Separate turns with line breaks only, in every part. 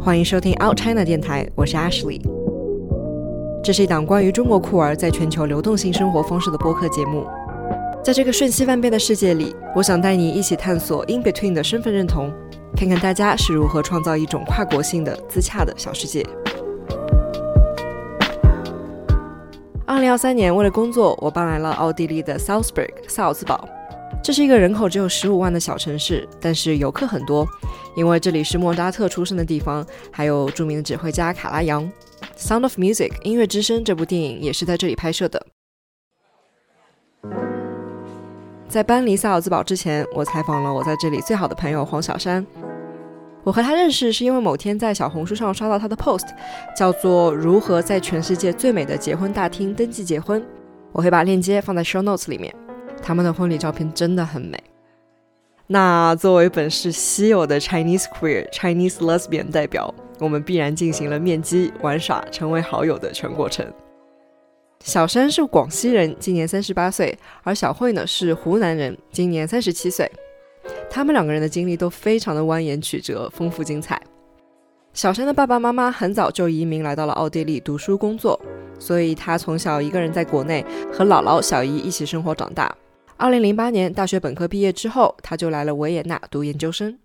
欢迎收听 Out China 电台，我是 Ashley。这是一档关于中国酷儿在全球流动性生活方式的播客节目。在这个瞬息万变的世界里，我想带你一起探索 In Between 的身份认同，看看大家是如何创造一种跨国性的自洽的小世界。二零幺三年，为了工作，我搬来了奥地利的 Salzburg 萨尔茨堡。这是一个人口只有十五万的小城市，但是游客很多，因为这里是莫扎特出生的地方，还有著名的指挥家卡拉扬。《Sound of Music》音乐之声这部电影也是在这里拍摄的。在搬离萨尔茨堡之前，我采访了我在这里最好的朋友黄小山。我和他认识是因为某天在小红书上刷到他的 post，叫做“如何在全世界最美的结婚大厅登记结婚”。我会把链接放在 show notes 里面。他们的婚礼照片真的很美。那作为本市稀有的 Chinese queer、Chinese lesbian 代表，我们必然进行了面基、玩耍、成为好友的全过程。小山是广西人，今年三十八岁，而小慧呢是湖南人，今年三十七岁。他们两个人的经历都非常的蜿蜒曲折、丰富精彩。小山的爸爸妈妈很早就移民来到了奥地利读书工作，所以他从小一个人在国内和姥姥、小姨一起生活长大。二零零八年大学本科毕业之后，他就来了维也纳读研究生。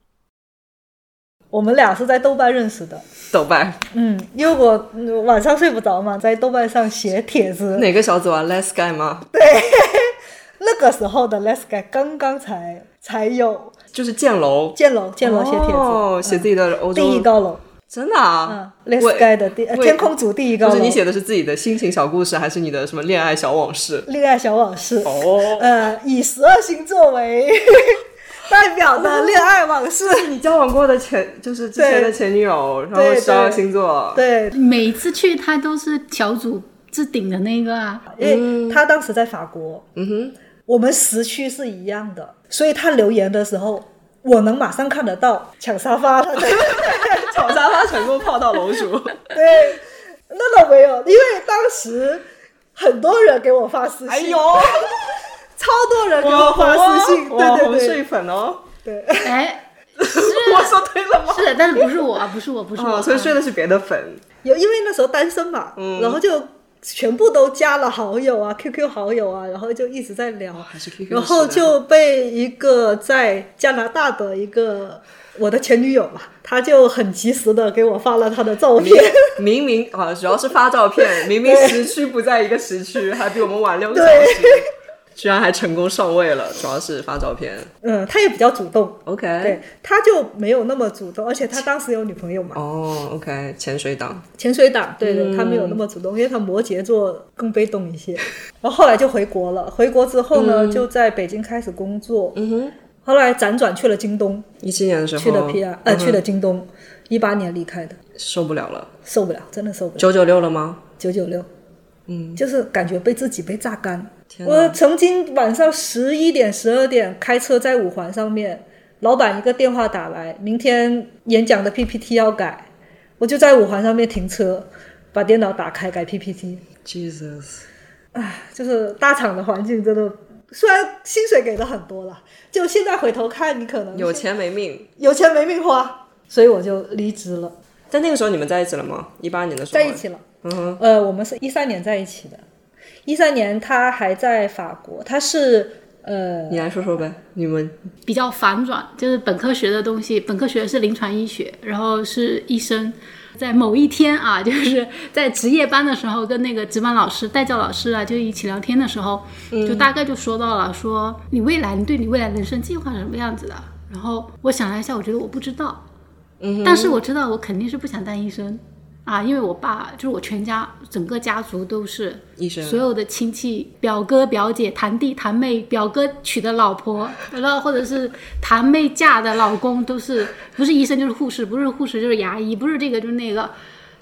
我们俩是在豆瓣认识的，
豆瓣
嗯，因为我嗯晚上睡不着嘛，在豆瓣上写帖子。
哪个小组啊？Let's Guy 吗？
那个时候的 Let's Get 刚刚才才有
就是建楼，
建楼，建楼写帖子，
哦，写自己的欧洲
嗯第一高楼，
真的啊
嗯，Let's Get 的第呃
我
天空组第一高
就
楼，
是你写的是自己的心情小故事，还是你的什么恋爱小往 事？
恋爱小往事，
哦，
呃，以十二星座为 代表的恋爱往 事，
你交往过的前就是之前的前女友，然后
对
十二星座，
对，
每次去他都是小组置顶的那个啊，
因为他当时在法国，嗯哼，我们时区是一样的，所以他留言的时候，我能马上看得到，抢沙发了。
炒沙发成功泡到楼主。
对，那倒没有，因为当时很多人给我发私信，
哎呦，
超多人给
我
我发私信，
网
对
红
对
睡粉哦，
对对，
哎，
我说对了吗？
是的，但是不是我啊，不是我，不是我
哦，
啊，
所以睡的是别的粉。
有因为那时候单身嘛，然后就全部都加了好友啊，QQ 好友啊，然后就一直在聊，
还是 QQ
然后就被一个在加拿大的一个我的前女友嘛，她就很及时的给我发了她的照片。
明明啊，主要是发照片，明明时区不在一个时区，还比我们晚六个小
对
时，居然还成功上位了，主要是发照片。
嗯，她也比较主动，对
OK，，
她就没有那么主动，而且她当时有女朋友嘛，
哦，OK，潜嗯水党，
潜水党，对对，她没有那么主动，因为她摩羯座更被动一些。然后后来就回国了，回国之后呢，就在北京开始工作，
嗯哼，
后来辗转去了京东，
一七年的时候
去了 PR，呃，
嗯哼
去了京东，一八年离开的，
受不了了，
受不了，真的受不了，
九九六了吗？
九九六。
嗯，
就是感觉被自己被榨干。
天
我
哪，
曾经晚上十一点、十二点开车在五环上面，老板一个电话打来，明天演讲的 PPT 要改，我就在五环上面停车，把电脑打开改 PPT。
，Jesus，
唉，就是大厂的环境真的，虽然薪水给的很多了，就现在回头看，你可能
有钱没命。
有钱没命花，所以我就离职了，
但那个时候你们在一起了吗？一八年的时候
在一，起了。
嗯哼，
呃，我们是一三年在一起的，一三年他还在法国，他是呃
你来说说呗，你们
比较反转，就是本科学的东西，本科学的是临床医学，然后是医生。在某一天啊，就是在值夜班的时候，跟那个值班老师、代教老师啊，就一起聊天的时候，就大概就说到了说你未来，你对你未来人生计划是什么样子的。然后我想了一下，我觉得我不知道，嗯，但是我知道我肯定是不想当医生啊，因为我爸就是我全家整个家族都是
医生
所有的亲戚、表哥、表姐、堂弟、堂妹、表哥娶的老婆， 然后或者是堂妹嫁的老公，都是不是医生就是护士，不是护士就是牙医，不是这个就是那个，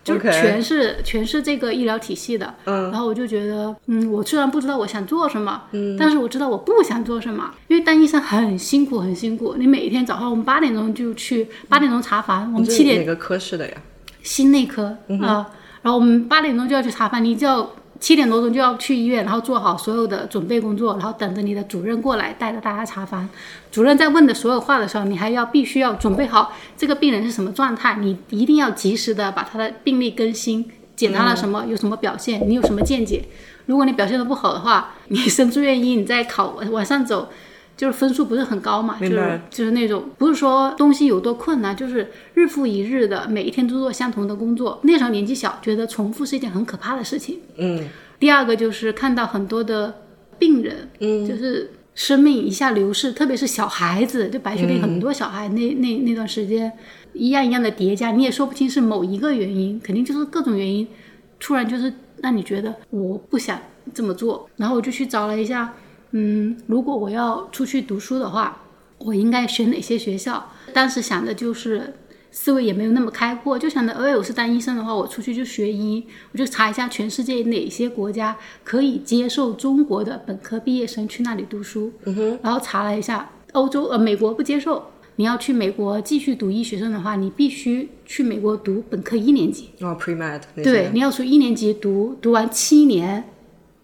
就是
OK
全是全是这个医疗体系的。嗯，然后我就觉得，嗯，我虽然不知道我想做什么，嗯，但是我知道我不想做什么，因为当医生很辛苦，很辛苦。你每一天早上我们八点钟就去，八点钟查房，我们七点
哪个科室的呀？
心内科啊、然后我们八点钟就要去查房，你就要七点多钟就要去医院，然后做好所有的准备工作，然后等着你的主任过来，带着大家查房。主任在问的所有话的时候，你还要必须要准备好这个病人是什么状态，你一定要及时的把他的病历更新，检查了什
嗯
么，有什么表现，你有什么见解。如果你表现的不好的话，你升住院医，你再考往上走，就是分数不是很高嘛，就
明白
是就是那种不是说东西有多困难，就是日复一日的每一天都做相同的工作。那时候年纪小，觉得重复是一件很可怕的事情。
嗯，
第二个就是看到很多的病人，嗯，就是生命一下流逝，特别是小孩子，就白血病很多小孩、那那那段时间，一样一样的叠加，你也说不清是某一个原因，肯定就是各种原因，突然就是让你觉得我不想这么做，然后我就去找了一下，嗯，如果我要出去读书的话，我应该选哪些学校？当时想的就是思维也没有那么开阔，就想着，哎，我是当医生的话，我出去就学医，我就查一下全世界哪些国家可以接受中国的本科毕业生去那里读书。嗯哼，然后查了一下，欧洲呃美国不接受。你要去美国继续读医学生的话，你必须去美国读本科一年级。
哦，pre med 那些
对，你要从一年级读读完七年，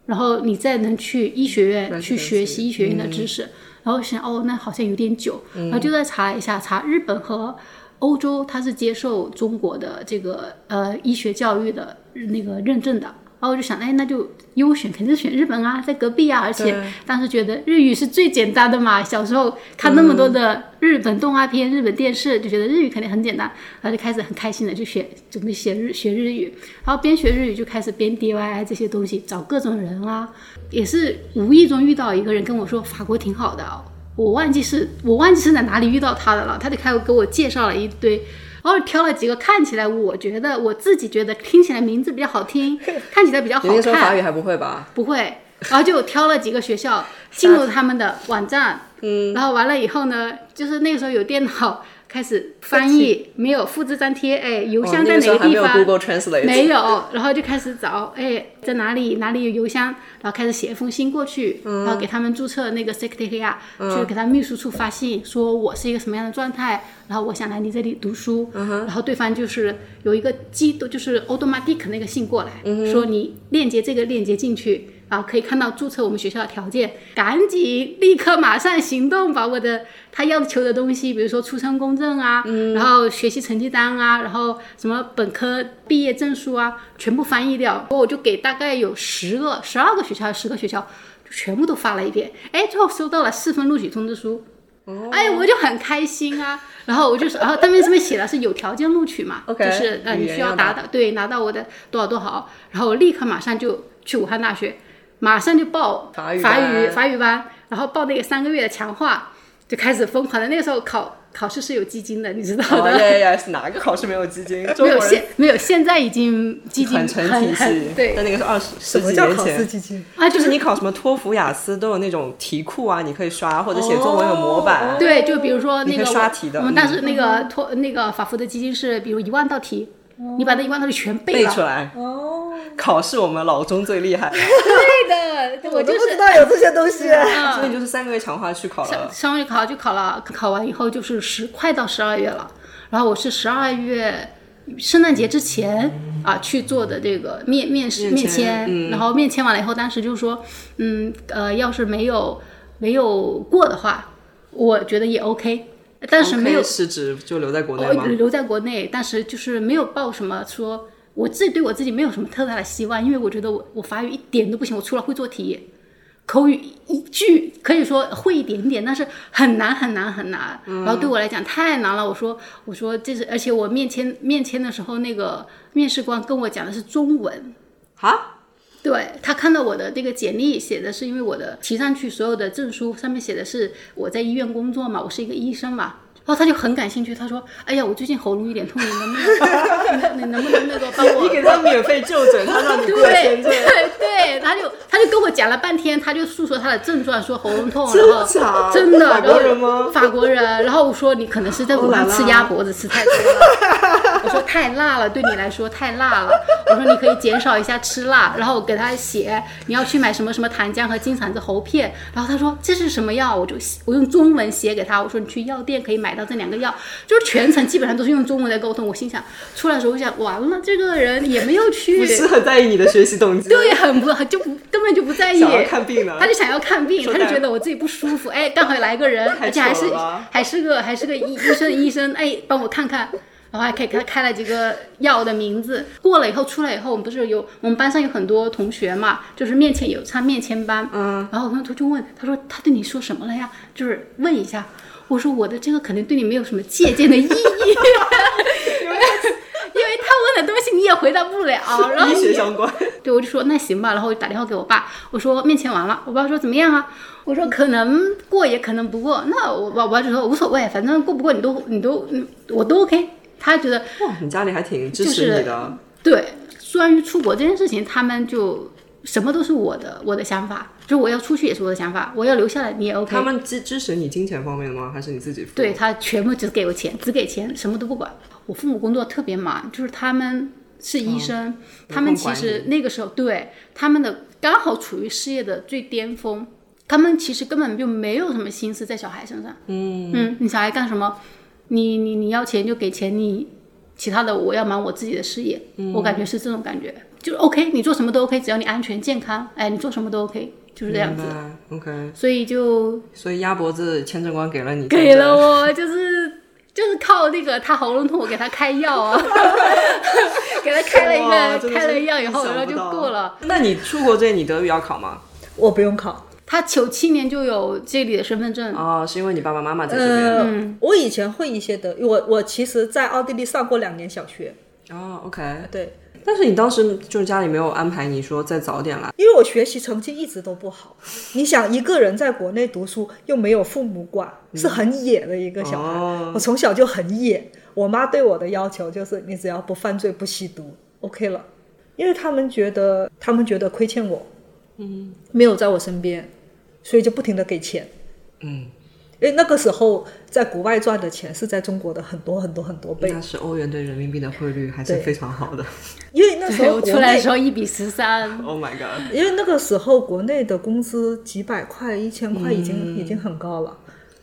然后你再能去医学院
Residency，
去学习医学院的知识。然后想，哦，那好像有点久，然后就再查一下，查日本和欧洲，它是接受中国的这个呃医学教育的那个认证的。然后我就想，哎，那就优选肯定是选日本啊，在隔壁啊，而且
对
当时觉得日语是最简单的嘛，小时候看那么多的日本动画片、日本电视，就觉得日语肯定很简单，然后就开始很开心的去学，准备学日学日语，然后边学日语就开始边 DIY 这些东西，找各种人啊，也是无意中遇到一个人跟我说法国挺好的哦、我忘记是我忘记是在哪里遇到他的了，他就开始给我介绍了一堆。然后挑了几个看起来，我觉得我自己觉得听起来名字比较 好听，看起来比较好
人
看。
家说法语还不会吧？
不会，然后就挑了几个 学校进入他们的网站，嗯，然后完了以后呢，就是那个时候有电脑开始翻译，没有复制粘贴，哎，邮
哇
哦
箱
哦那
在
个时候
哪个
还没
地
有
方？
Google Translate，
没有，然后就开始找，哎，在哪里哪里有邮箱，然后开始写一封信过去，然后给他们注册那个 secretariat，、去给他秘书处发信，说我是一个什么样的状态，然后我想来你这里读书，然后对方就是有一个机，就是 automatic 那个信过来，说你链接这个链接进去。然后可以看到注册我们学校的条件，赶紧立刻马上行动，把我的他要求的东西，比如说出生公证啊，
嗯
然后学习成绩单啊，然后什么本科毕业证书啊，全部翻译掉。我就给大概有十个、十二个学校、十个学校，就全部都发了一遍。哎，最后收到了四份录取通知书。
哦
哎，我就很开心啊！然后我就说，然后他们上面写的是有条件录取嘛
OK，
就是呃，
语
你
言
需要
要
达到对拿到我的多少多少，然后我立刻马上就去武汉大学，马上就报
法语
法语
班
法语班，然后报那个三个月的强化，就开始疯狂的。那个时候考考试是有基金的，你知道的。
哦耶耶，是哪个考试没有基金？中 国
没有
人
现没有，现在已经基金
很成体系
很，对
但那个是二十
什
十
么
几
叫
年
考试
前。
基金？
啊，
就
就是是
你考什么托福、雅思都有那种题库啊，你可以刷，或者写作文有模板。
哦对，就比如说
你
那
可以
个
刷
我
题的嗯
我们当时那个托那个法服的基金是，比如一万道题，你把那一万道题全背
背
了
出。来，
哦，
考试我们老中最厉害，
对的，我
我都
就
不知
是。嗯
道有这些东西。
所以就是三个月强化去考了。
上月考就考了，考完以后就是十快到十二月了，然后我是十二月圣诞节之前啊去做的这个面面试
面
面
签嗯
签，然后面签完了以后，当时就说，嗯呃，要是没有没有过的话，我觉得也 OK，但是没有哦
OK，是指就留在国内
我
吗？
留在国内，但是就是没有抱什么说，我自己对我自己没有什么特大的希望，因为我觉得我我法语一点都不行，我除了会做题，口语一句可以说会一点点，但是很难很难很难。
嗯
然后对我来讲太难了，我说我说这是，而且我面签面签的时候，那个面试官跟我讲的是中文。
啊，
对他看到我的这个简历写的是，因为我的提上去所有的证书上面写的是我在医院工作嘛，我是一个医生嘛，然后他就很感兴趣，他说：“哎呀，我最近喉咙有点痛，你能不 能你能不能那个帮 我
你给他免费就诊，他让你过签证，
对对对，他就他就跟我讲了半天，他就诉说他的症状，说喉 咙痛，然
真假
后真的，
啊法
然
国
后
人吗
法国人，然后我说你可能是在武
哦啦
汉
啦
吃鸭脖子吃太多了，我说太辣了，对你来说太辣了。我说你可以减少一下吃辣，然后我给他写你要去买什么什么糖浆和金嗓子喉片，然后他说这是什么药，我就写我用中文写给他，我说你去药店可以买到这两个药，就是全程基本上都是用中文在沟通。我心想出来的时候，我想完了，这个人也没有去
不，是很在意你的学习动机，
对，很不就不根本就不在意，
想要看病呢
他。就想要看病，
说
他就
干
觉得我自己不舒服，哎，刚好来个人，
太
而且还
扯
是
了吧
还是个还是个医医生医生，哎，帮我看看。然后还给他开了几个药的名字。过了以后，出来以后，我们不是有我们班上有很多同学嘛，就是面前有上面签班，嗯，然后我跟他就问，他说他对你说什么了呀？就是问一下。我说我的这个肯定对你没有什么借鉴 的意义，因为他问的东西你也回答不 了，然后
医
你
学相关，
对，我就说那行吧，然后我就打电话给我爸，我说面签完了，我爸说怎么样啊？我说可能过也可能不过，那我我我爸就说无所谓，反正过不过你都你都嗯我都 OK。他觉得
哇，你家里还挺支
就
持
是
你的，
对，关于出国这件事情，他们就什么都是我的我的想法，就是我要出去也是我的想法，我要留下来你也 OK。
他们支支持你金钱方面的吗？还是你自己付？
对，他全部只给我钱，只给钱，什么都不管。我父母工作特别忙，就是他们是医生，他
没
们
空
其
哦管
实那个时候对他们的刚好处于事业的最巅峰，他们其实根本就没有什么心思在小孩身上。嗯嗯，你小孩干什么？你你你要钱就给钱，你其他的我要忙我自己的事业。
嗯
我感觉是这种感觉，就是 OK，你做什么都 OK，只要你安全健康，哎，你做什么都 OK，就是这样子。
明白 OK，
所以就
所以鸭脖子签证官给了你，
给了我，就是就是靠那个他喉咙痛，我给他开药 啊，给他开了
哇
一个
真的
开
是
了药以后，
意想
然
不
后就
到
过了。。
那你出国之前，你德语要考吗？
我不用考。
他九七年就有这里的身份证，
哦，是因为你爸爸妈妈在这边。
呃，
嗯
我以前会一些德语，我我其实，在奥地利上过两年小学，
哦，OK。
对，
但是你当时就是家里没有安排你说再早点来，
因为我学习成绩一直都不好。你想，一个人在国内读书又没有父母管，是很野的一个小孩。
嗯哦
我从小就很野，我妈对我的要求就是，你只要不犯罪、不吸毒，OK 了。因为他们觉得他们觉得亏欠我，嗯，没有在我身边，所以就不停的给钱。
嗯，
因为那个时候在国外赚的钱是在中国的很多很多很多倍
那，是欧元对人民币的汇率还是
对
非常好的。
因为那时
对
候
我
国
出来
内
的时候一比十三，
Oh my god！
因为那个时候国内的工资几百块、一千块已经、已经很高了。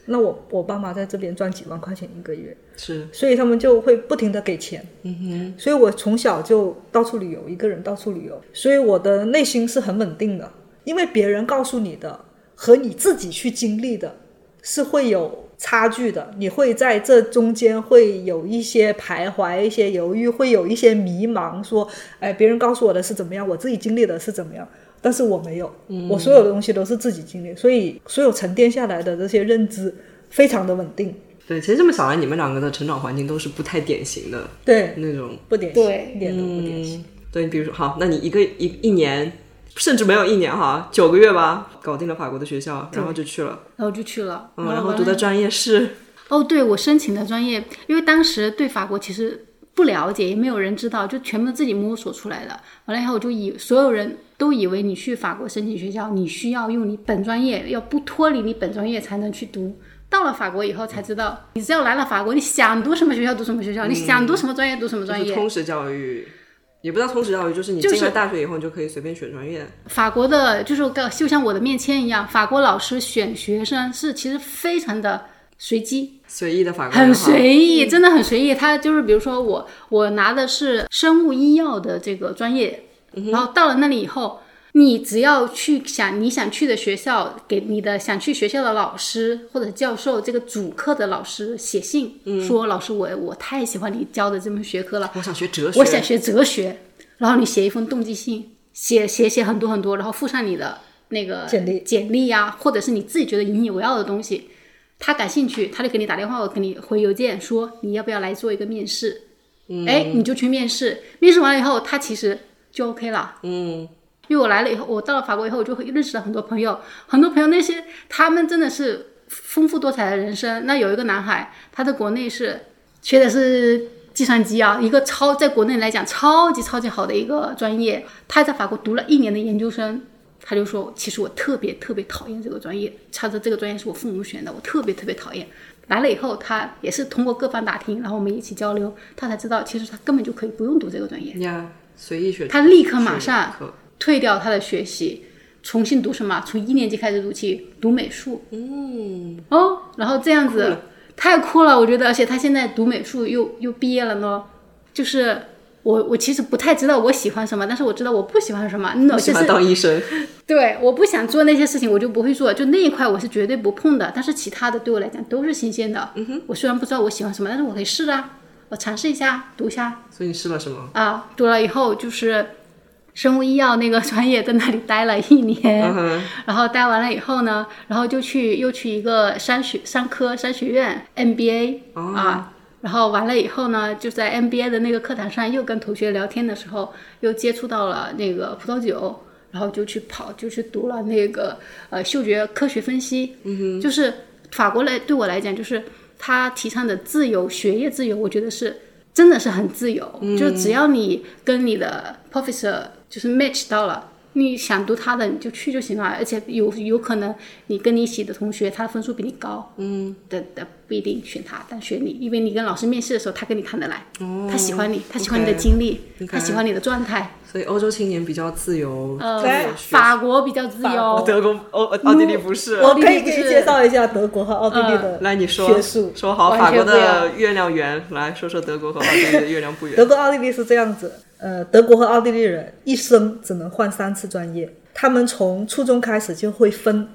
那我我爸妈在这边赚几万块钱一个月，
是，
所以他们就会不停的给钱。
嗯哼，
所以我从小就到处旅游，一个人到处旅游，所以我的内心是很稳定的。因为别人告诉你的和你自己去经历的是会有差距的，你会在这中间会有一些徘徊、一些犹豫，会有一些迷茫，说，哎，别人告诉我的是怎么样，我自己经历的是怎么样。但是我没有，我所有的东西都是自己经历，所以所有沉淀下来的这些认知非常的稳定。
对，其实这么想来，你们两个的成长环境都是不太典型的
对，
那种。
不典型，
对
一点都不典型。
嗯，对，比如说，好，那你一个一一年，甚至没有一年哈，九个月吧，搞定了法国的学校，然后就去了，
然后就去了。
嗯，然后
完
读的
了
专业是
哦，对我申请的专业，因为当时对法国其实不了解，也没有人知道，就全部自己摸索出来的。完了以后，我就以所有人都以为你去法国申请学校，你需要用你本专业，要不脱离你本专业才能去读。到了法国以后才知道，你只要来了法国，你想读什么学校读什么学校，你想读什么专业读什么
嗯
专
就是
业。
通识教育，也不叫通识教育，就是你
就
进了
是
大学以后，你就可以随便选专业。
法国的，就是个就像我的面签一样，法国老师选学生是其实非常的随机。
随意的法国人
很
哈
随意，真的很随意。他就是比如说我，我拿的是生物医药的这个专业，
嗯
然后到了那里以后，你只要去想你想去的学校，给你的想去学校的老师或者教授，这个主课的老师写信、
嗯
说，老师我我太喜欢你教的这门学科了，
我想学哲学，
我想学哲学，然后你写一封动机信，写写写很多很多，然后附上你的那个
简历
简历呀、或者是你自己觉得引以为傲的东西，他感兴趣，他就给你打电话，我给你回邮件说你要不要来做一个面试，
嗯
哎、你就去面试，面试完了以后，他其实就 OK 了，
嗯，
因为我来了以后，我到了法国以后，我就会认识了很多朋友，很多朋友那些他们真的是丰富多彩的人生。那有一个男孩，他在国内是学的是计算机啊，一个超在国内来讲超级超级好的一个专业，他在法国读了一年的研究生。他就说，其实我特别特别讨厌这个专业，他说这个专业是我父母选的，我特别特别讨厌。来了以后，他也是通过各方打听，然后我们一起交流，他才知道其实他根本就可以不用读这个专业，
呀，随意选，
他立刻马上
选课
退掉他的学习，重新读什么？从一年级开始读起，读美术。嗯，哦，然后这样
酷
子
了
太酷了，我觉得，而且他现在读美术又又毕业了呢，就是。我我其实不太知道我喜欢什么，但是我知道我不喜欢什么。那
不喜
就
欢
是
当医生，
对，我不想做那些事情，我就不会做。就那一块我是绝对不碰的，但是其他的对我来讲都是新鲜的。嗯哼，我虽然不知道我喜欢什么，但是我可以试啊，我尝试一下，读一下，
所以你试了什么？
啊，读了以后就是生物医药那个专业，在那里待了一年， 然后待完了以后呢，然后就去又去一个商学商科商学院 MBA、啊。然后完了以后呢，就在 MBA 的那个课堂上，又跟同学聊天的时候，又接触到了那个葡萄酒，然后就去跑，就去读了那个呃嗅觉科学分析。嗯哼，就是法国来对我来讲，就是他提倡的自由学业自由，我觉得是真的是很自由，就是只要你跟你的 professor 就是 match 到了，你想读他的你就去就行了，而且有有可能你跟你一起的同学他的分数比你高，嗯，的的不一定选他，但选你，因为你跟老师面试的时候他跟你看得来，他喜欢你，他喜欢你的
OK
经历，
你看
他喜欢你的状态。
所以欧洲青年比较自由，
呃
嗯
哎
法国比较自由，
德国、欧
嗯
奥地利不是。
嗯我
地
可以
利
给
不
你
是
介绍一下德国和奥地利的
来，你说
学术。
说好
完
法国
全不一样
的月亮圆，来说说德国和奥地利的月亮不圆
德。国、奥地利是这样子，呃，德国和奥地利人一生只能换三次专业，他们从初中开始就会分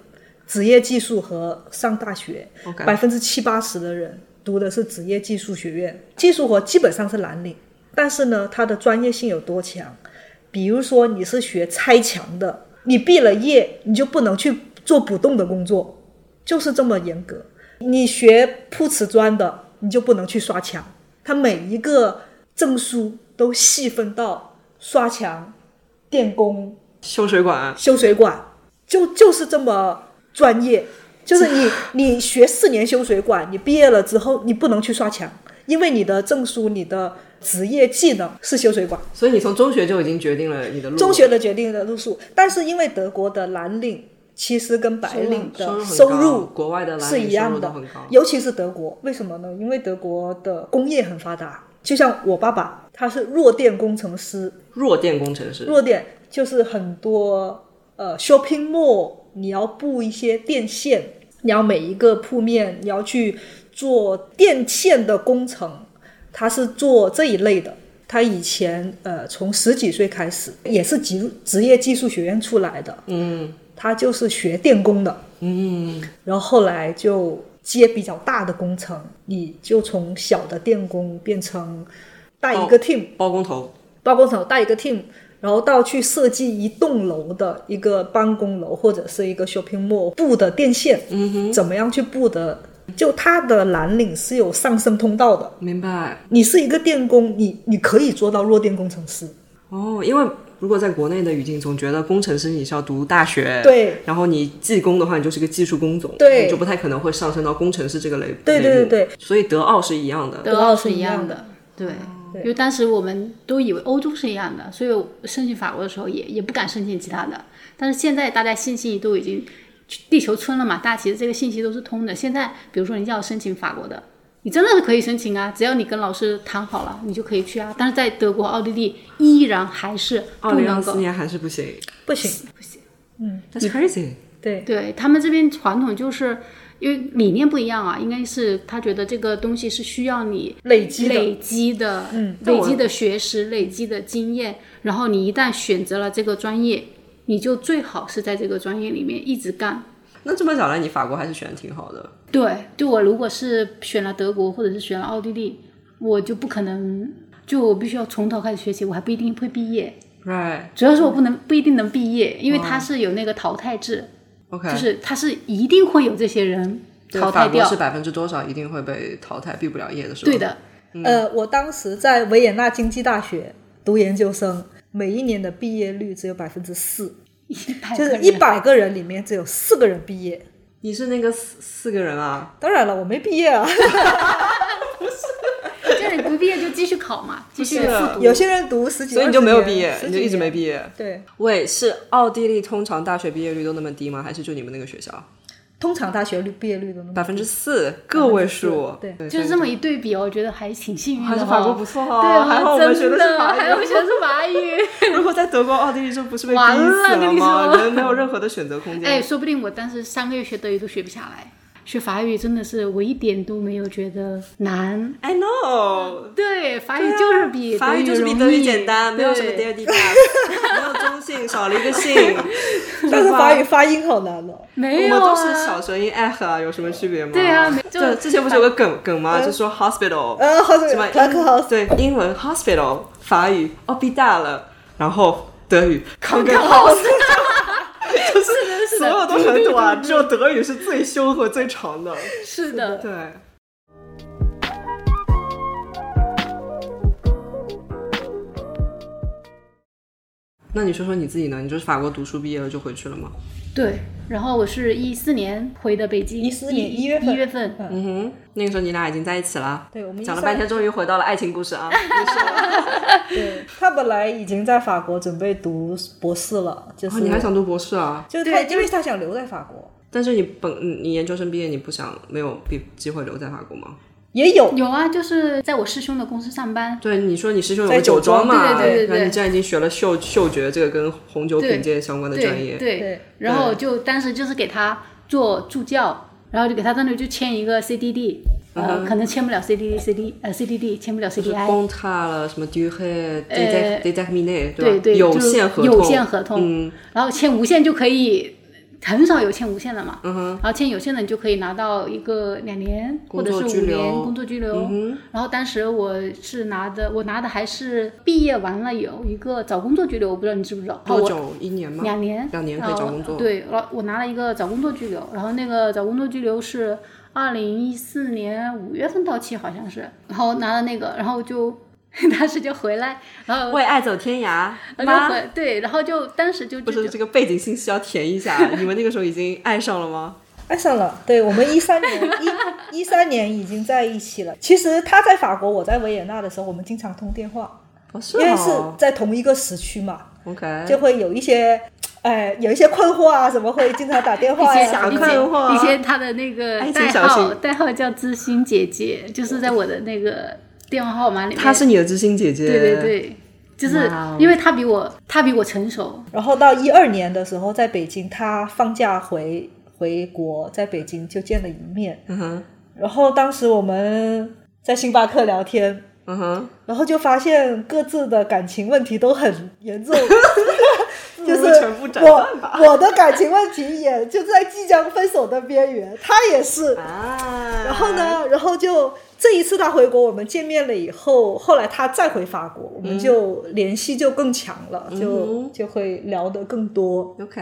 职业技术和上大学
OK
百分之七八十的人读的是职业技术学院，技术活基本上是蓝领，但是呢，它的专业性有多强？比如说你是学拆墙的，你毕了业你就不能去做补洞的工作，就是这么严格。你学铺瓷砖的，你就不能去刷墙。它每一个证书都细分到刷墙、电工、
修水管，
修水管，就就是这么专业。就是你你学四年修水管，你毕业了之后你不能去刷墙，因为你的证书、你的职业技能是修水管。
所以你从中学就已经决定了你的路。
中学的决定的路数，但是因为德国的蓝领其实跟白领
收入很
的收
高
入
国外的蓝领
是一样
收入
的
都很高，
尤其是德国，为什么呢？因为德国的工业很发达，就像我爸爸，他是弱电工程师，
弱电工程师，
弱电就是很多呃 shopping mall，你要布一些电线，你要每一个铺面，你要去做电线的工程，他是做这一类的。他以前呃从十几岁开始也是职职业技术学院出来的，
嗯
他就是学电工的，
嗯，
然后后来就接比较大的工程，你就从小的电工变成带
哦
一个 team，、
包工头，
包工头带一个 team，然后到去设计一栋楼的一个办公楼或者是一个 shopping mall 布的电线，嗯哼，怎么样去布的？就它的蓝领是有上升通道的。
明白
你是一个电工，你你可以做到弱电工程师，
哦。因为如果在国内的语境，总觉得工程师你是要读大学，
对，
然后你技工的话，你就是个技术工种，
对
你就不太可能会上升到工程师这个类。
对对
类目
对，
所以德奥是一样的。
德奥
是
是
一
一
样
样
的
的，嗯对。因为当时我们都以为欧洲是一样的，所以我申请法国的时候也也不敢申请其他的。但是现在大家信息都已经地球村了嘛，大家其实这个信息都是通的。现在比如说你要申请法国的，你真的是可以申请啊，只要你跟老师谈好了，你就可以去啊。但是在德国、奥地利依然还是
二
不
零二
能
四
够。
年还是不行
不行，
，That's crazy。
对，
对他们这边传统就是因为理念不一样啊，应该是他觉得这个东西是需要你
累积的
累积的，嗯，
但
累
我
积的学识、累积的经验，然后你一旦选择了这个专业，你就最好是在这个专业里面一直干。
那这么讲来，你法国还是选的挺好的。
对，对我如果是选了德国或者是选了奥地利，我就不可能，就我必须要从头开始学习，我还不一定会毕业。
Right,
主要是我不能不一定能毕业，因为它是有那个淘汰制，
OK，
嗯
就是它是一定会有这些人
对
淘
法
汰
国
掉
是。百分之多少一定会被淘汰，毕不了业的是吧？
对，的，
嗯
呃，我当时在维也纳经济大学读研究生，每一年的毕业率只有百分之四，
一百
就是
个
一
人
百个人里面只有四个人毕业。
你是那个四四个人啊，
当然了，我没毕业啊。
就是你不毕业就继续考嘛，继续
不是
复读。
有些人读十几，
哦所以你就没有毕
二
业，
十
你
年
就一直没。毕业。
对，
喂，是奥地利通常大学毕业率都那么低吗？还是就你们那个学校？
通常大学率毕业率都那么
百分之四个位数，
对
就是这么一对比，我觉得还挺幸运的、哦。
还是法国不错哦，
对哦，
还好我们学的是法语，
还有学的是法 语。
如果在德国、奥地利，这不是被逼
完了
死
跟你
吗？
说
人没有任何的选择空间。
哎，说不定我当时三个月学德语都学不下来，学法语真的是我一点都没有觉得难。
I know，
对，法语就是比
啊法语就是比德
容
语
易
简单，没有什么
哎对
dear d 没有中性，少了一个性。
但是
对吧
法语发音好难哦。
没
我
有、
们
啊、
都是小舌音 eh 啊，有什么区别吗？
对啊，没就
这之前不是有个梗梗吗？就说 hospital，
呃，好久
什么
c l a c k house
对，英文 hospital，法语哦逼大了，然后德语 c o n g e n
是
所
的
有都很短，只有德语是最凶和最长的。
是的，
对。那你说说你自己呢？你就是法国读书毕业了就回去了吗？
对。然后我是一四年回的北京，
14年
一
一月份
一月份，
嗯哼，那个时候你俩已经在一起了。
对我们一
讲了
三
半天，终于回到了爱情故事啊！你说
对他本来已经在法国准备读博士了，就是、
哦你还想读博士啊？
就是他，因为他想留在法国，
但是你本你研究生毕业，你不想没有毕机会留在法国吗？
也有
有啊，就是在我师兄的公司上班，
对，你说你师兄有
在
个酒
酒
庄
庄
嘛，
对对对对对
那你既然已经学了嗅嗅觉这个跟红酒
对
品鉴相关的专业，
对，
对
然后就当时就是给他做助教，然后就给他单独就签一个 CDD，呃，可能签不了 CDD CD 呃 CDD 签不了
嗯就是
CDI。
contrat 了什么 d u r é d
呃
é d é t e r m i n é
对
吧？有
就是
限合同，
有限合同，
嗯
然后签无限就可以，很少有签无限的嘛，
嗯哼，
然后签有限的你就可以拿到一个两年或
工
者
作
是
居
五
留
年工作居留。
嗯
然后当时我是拿的，我拿的还是毕业完了有一个找工作居留，我不知道你知不知道？
哼，
然后
多
我
久？一年吗？
两年，
两年可以找工作
呃对，我我拿了一个找工作居留，然后那个找工作居留是二零一四年五月份到期，好像是，然后拿了那个，然后就 当时就回来，然后
为爱走天涯，
然后
妈
就，回呃对，然后就当时就
不
就是
这个背景信息要填一 下。你们那个时候已经爱上了吗？
爱上了。对我们一三 年一一三年已经在一起了。其实他在法国，我在维也纳的时候，我们经常通电话，
不是
因
哦，
为是在同一个时区嘛，
OK，
就会有一些。哎，有一些困惑啊，什么会经常打电话
一
呀
些？小
什
以
么
困
的
惑
前以前他的那个
爱情
代
小
号
心
代号叫知心姐姐，就是在我的那个电话号码里面，
她是你的知心姐姐，
对对对，就是
哇哦
因为他比我他比我成熟，
然后到一二年的时候，在北京，他放假回回国，在北京就见了一面。
嗯哼，
然后当时我们在星巴克聊天，
嗯哼，
然后就发现各自的感情问题都很 严重，就是
不如全部斩
我
断吧
我的感情问题也就在即将分手的边缘，他也是。
啊，
然后？呢，然后就这一次他回国，我们见面了以后，后来他再回法国，我
嗯
们就联系就更强了，就就会聊得更多。
OK，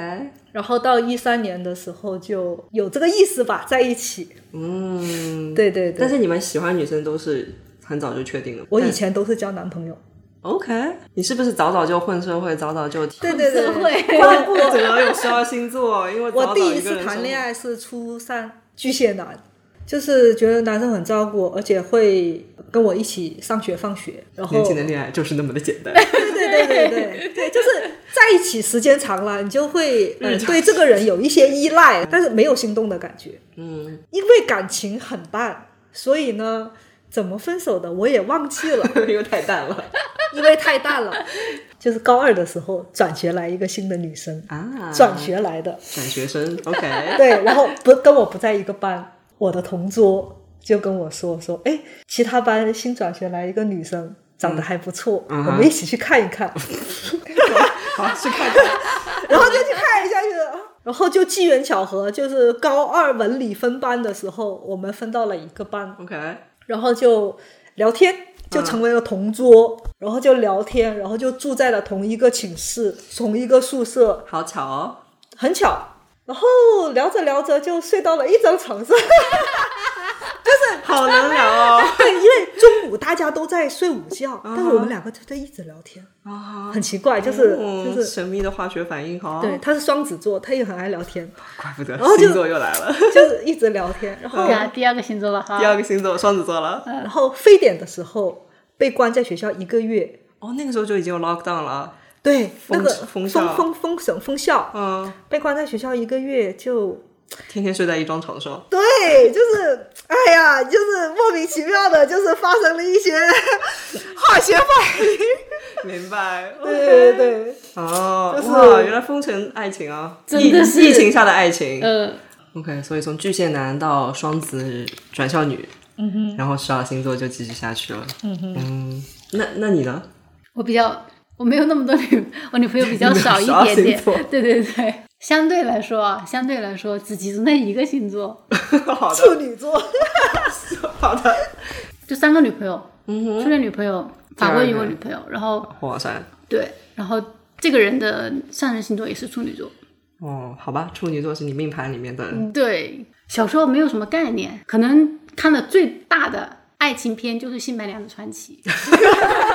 然后到一三年的时候就有这个意思吧，在一起。
嗯，
对对
但
对，
是你们喜欢女生都是很早就确定了吗。
我
但
以前都是交男 朋友。
OK，你是不是早早就混社会，早早就体
对对
社会
对，
怪不得有十二星座，因为
我
早
第
早
一
个
次
人
谈
生
恋，爱是初三，巨蟹男，就是觉得男生很照顾我，而且会跟我一起上学放学，然后
年轻的恋爱就是那么的简 单。
对对对对对对，就是在一起时间长了，你就会、呃、对这个人有一些依赖，但是没有心动的感觉，
嗯，
因为感情很淡，所以呢，怎么分手的我也忘 记了，
因为太淡了
因为太淡了。就是高二的时候转学来一个新的女生，
啊
转学来的，
转学生，OK，
对，然后不跟我不在一个班，我的同桌就跟我说说，哎，其他班新转学来一个女生，长得还不错，
嗯
我
嗯
们一起去看一看，
好去看看。
然后就去看一下去了。然后就机缘巧合，就是高二文理分班的时候，我们分到了一个班，
OK，
然后就聊天，就成为了同桌，然后就聊天，然后就住在了同一个寝室，同一个宿舍，
好巧哦，
很巧。然后聊着聊着就睡到了一张床上，
好能聊哦。
对，因为中午大家都在睡午觉，但是我们两个就在一直聊天，
啊，
很奇怪，就是
嗯
就是，
神秘的化学反应哈。
对，，他是双子座，他也很爱聊天，
怪不得
后就
星座又来了，
就是一直聊天。然后
对啊，第二个星座了哈
嗯第，二个星座双子座了。
然后非典的时候被关在学校一个月，
哦，那个时候就已经有 lockdown 了。
对，那个
封
封
校
封封省封校，
嗯，
被关在学校一个月就
天天睡在一张床上，
对，就是哎呀，就是莫名其妙的，就是发生了一些化学反应。
明白？
对对对，
哦，
就是
哇，原来风尘爱情啊，
真
疫
的是
疫情下的爱情。
呃，
OK，所以从巨蟹男到双子转校女，嗯哼，然后十二星座就继续下去了。嗯哼，那那你呢？
我比较我没有那么多女，我女朋友比较 少一
少
点点
星座，
对对对，相对来说啊，相对来说只集中在一个星座，
好
处
的，
女座，
好的。
就三个女朋友，
嗯哼，
初恋女朋友、法国语文女朋友，然后
哇塞，
对，然后这个人的上升星座也是处女座，
哦，好吧，处女座是你命盘里面的，
对，小时候没有什么概念，可能看的最大的爱情片就是《新白娘子传奇》，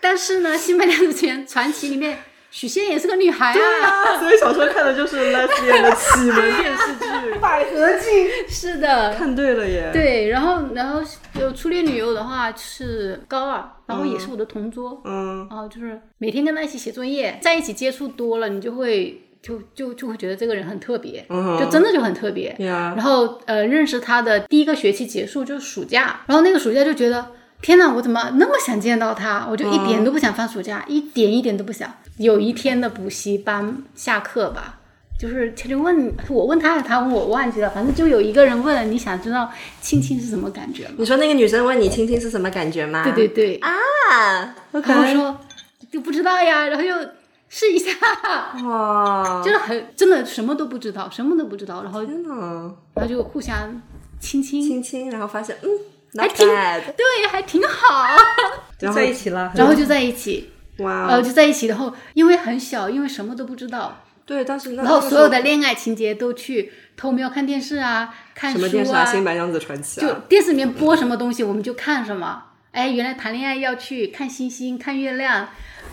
但是呢，《新白娘子传传奇》里面许仙也是个女孩啊，
所以小时候看的就是 lesbian 的启蒙电视剧。
百合剧，
是的，
看对了耶，
对，然后然后有初恋女友的话是高二，然后也是我的同桌，
嗯，
然后就是每天跟他一起写作业，在一起接触多了，你就会就就就会觉得这个人很特别，
嗯
就真的就很特别，
呀，
然后呃，认识他的第一个学期结束就是暑假，然后那个暑假就觉得天哪，我怎么那么想见到他？我就一
嗯
点都不想放暑假，一点一点都不想。有一天的补习班下课吧，就是他就问我问他，他问我忘记了，反正就有一个人问了，你想知道亲亲是什么感觉吗？
你说那个女生问你亲亲是什么感觉吗？
对对对，
啊，OK，
然后说就不知道呀，然后又试一下，
啊哇，
就是很真的什么都不知道，什么都不知道，然后然
真的
后就互相亲亲，
亲亲，然后发现嗯，not
还挺
bad，
对，还挺好。
然后
在一起啦。
然后就在一起，
哇
呃，
哦，
就在一起，然后因为很小，因为什么都不知道，
对，当时那
然后
那个
所有
时候
的恋爱情节都去偷瞄看电视啊，看
什
书
么电视啊，《新
啊，
白娘子传奇》
就
啊，
电视里面播什么东西我们就看什么。哎，原来谈恋爱要去看星星、看月亮，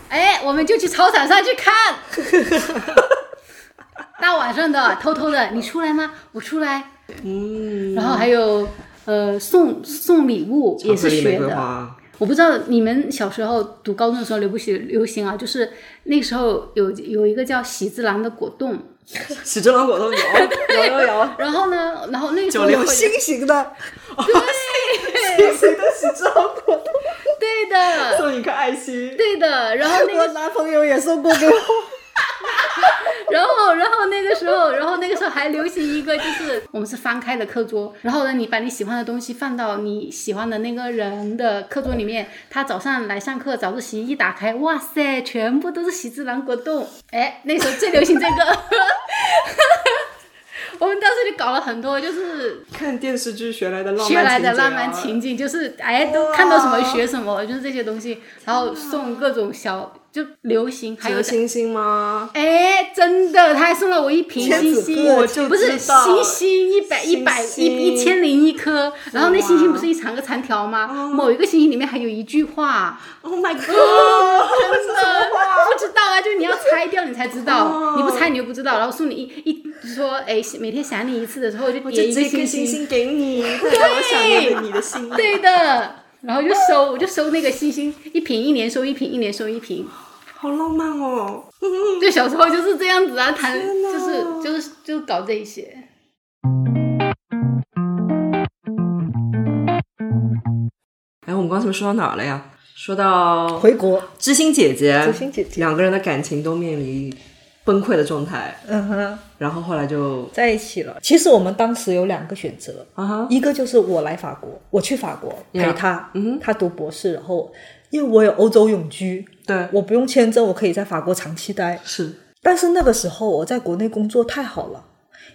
哎，我们就去操场上去看。大晚上的，偷偷的，你出来吗？我出来。嗯。然后还有呃，送送礼物也是
巧克力玫
学
瑰
的。
花，啊
我不知道你们小时候读高中的时候流不流流行啊？就是那时候有有一个叫喜之郎的果冻，
喜之郎果 冻有有有有，
然后呢，然后那个时候
96
有新型的，
谁的喜之郎果冻
对的，
送你一颗爱心，
对的，然后那
我
个，
男朋友也送过给 我。
然后然后那个时候，然后那个时候还流行一个，就是我们是翻开的课桌，然后呢，你把你喜欢的东西放到你喜欢的那个人的课桌里面，他早上来上课，早自习一打开，哇塞，全部都是喜之郎果冻，哎，那时候最流行这个。 我们当时就搞了很多，就是
看电视剧学来的浪漫
学来的
情节啊
浪漫情景，就是哎，都看到什么学什么，就是这些东西，然后送各种小就流行，还有
折星星吗？
哎，真的，他还送了我一瓶
千
星
纸
星，
鹤
我就
不是
知道
星星一百一百
星星
一一千零一颗，然后那星星不是一长个长条吗？某一个星星里面还有一句话，
Oh my god！
真的不知道啊，就是你要拆掉你才知道，你不拆你就不知道，然后送你一一就说哎，每天想你一次的时候就
我
叠
就
一
这
个
颗
星
星
星。
星给你，代表我想念的你的心。
对的。然后就收，我就收那个星星，一瓶一年收一瓶，一年收一瓶。
好浪漫哦！
就小时候就是这样子啊，谈就是就是就搞这一些。
哎，我们刚才说到哪儿了呀？说到
回国，
知心姐姐，
知心姐姐
两个人的感情都面临崩溃的状态，
嗯哼，
然后后来就
在一起了。其实我们当时有两个选择，
啊哈，
一个就是我来法国，我去法国陪
Yeah
他
嗯哼
他读博士，然后因为我有欧洲永居，
对，
我不用签证，我可以在法国长期待。
是
但是那个时候我在国内工作太好了，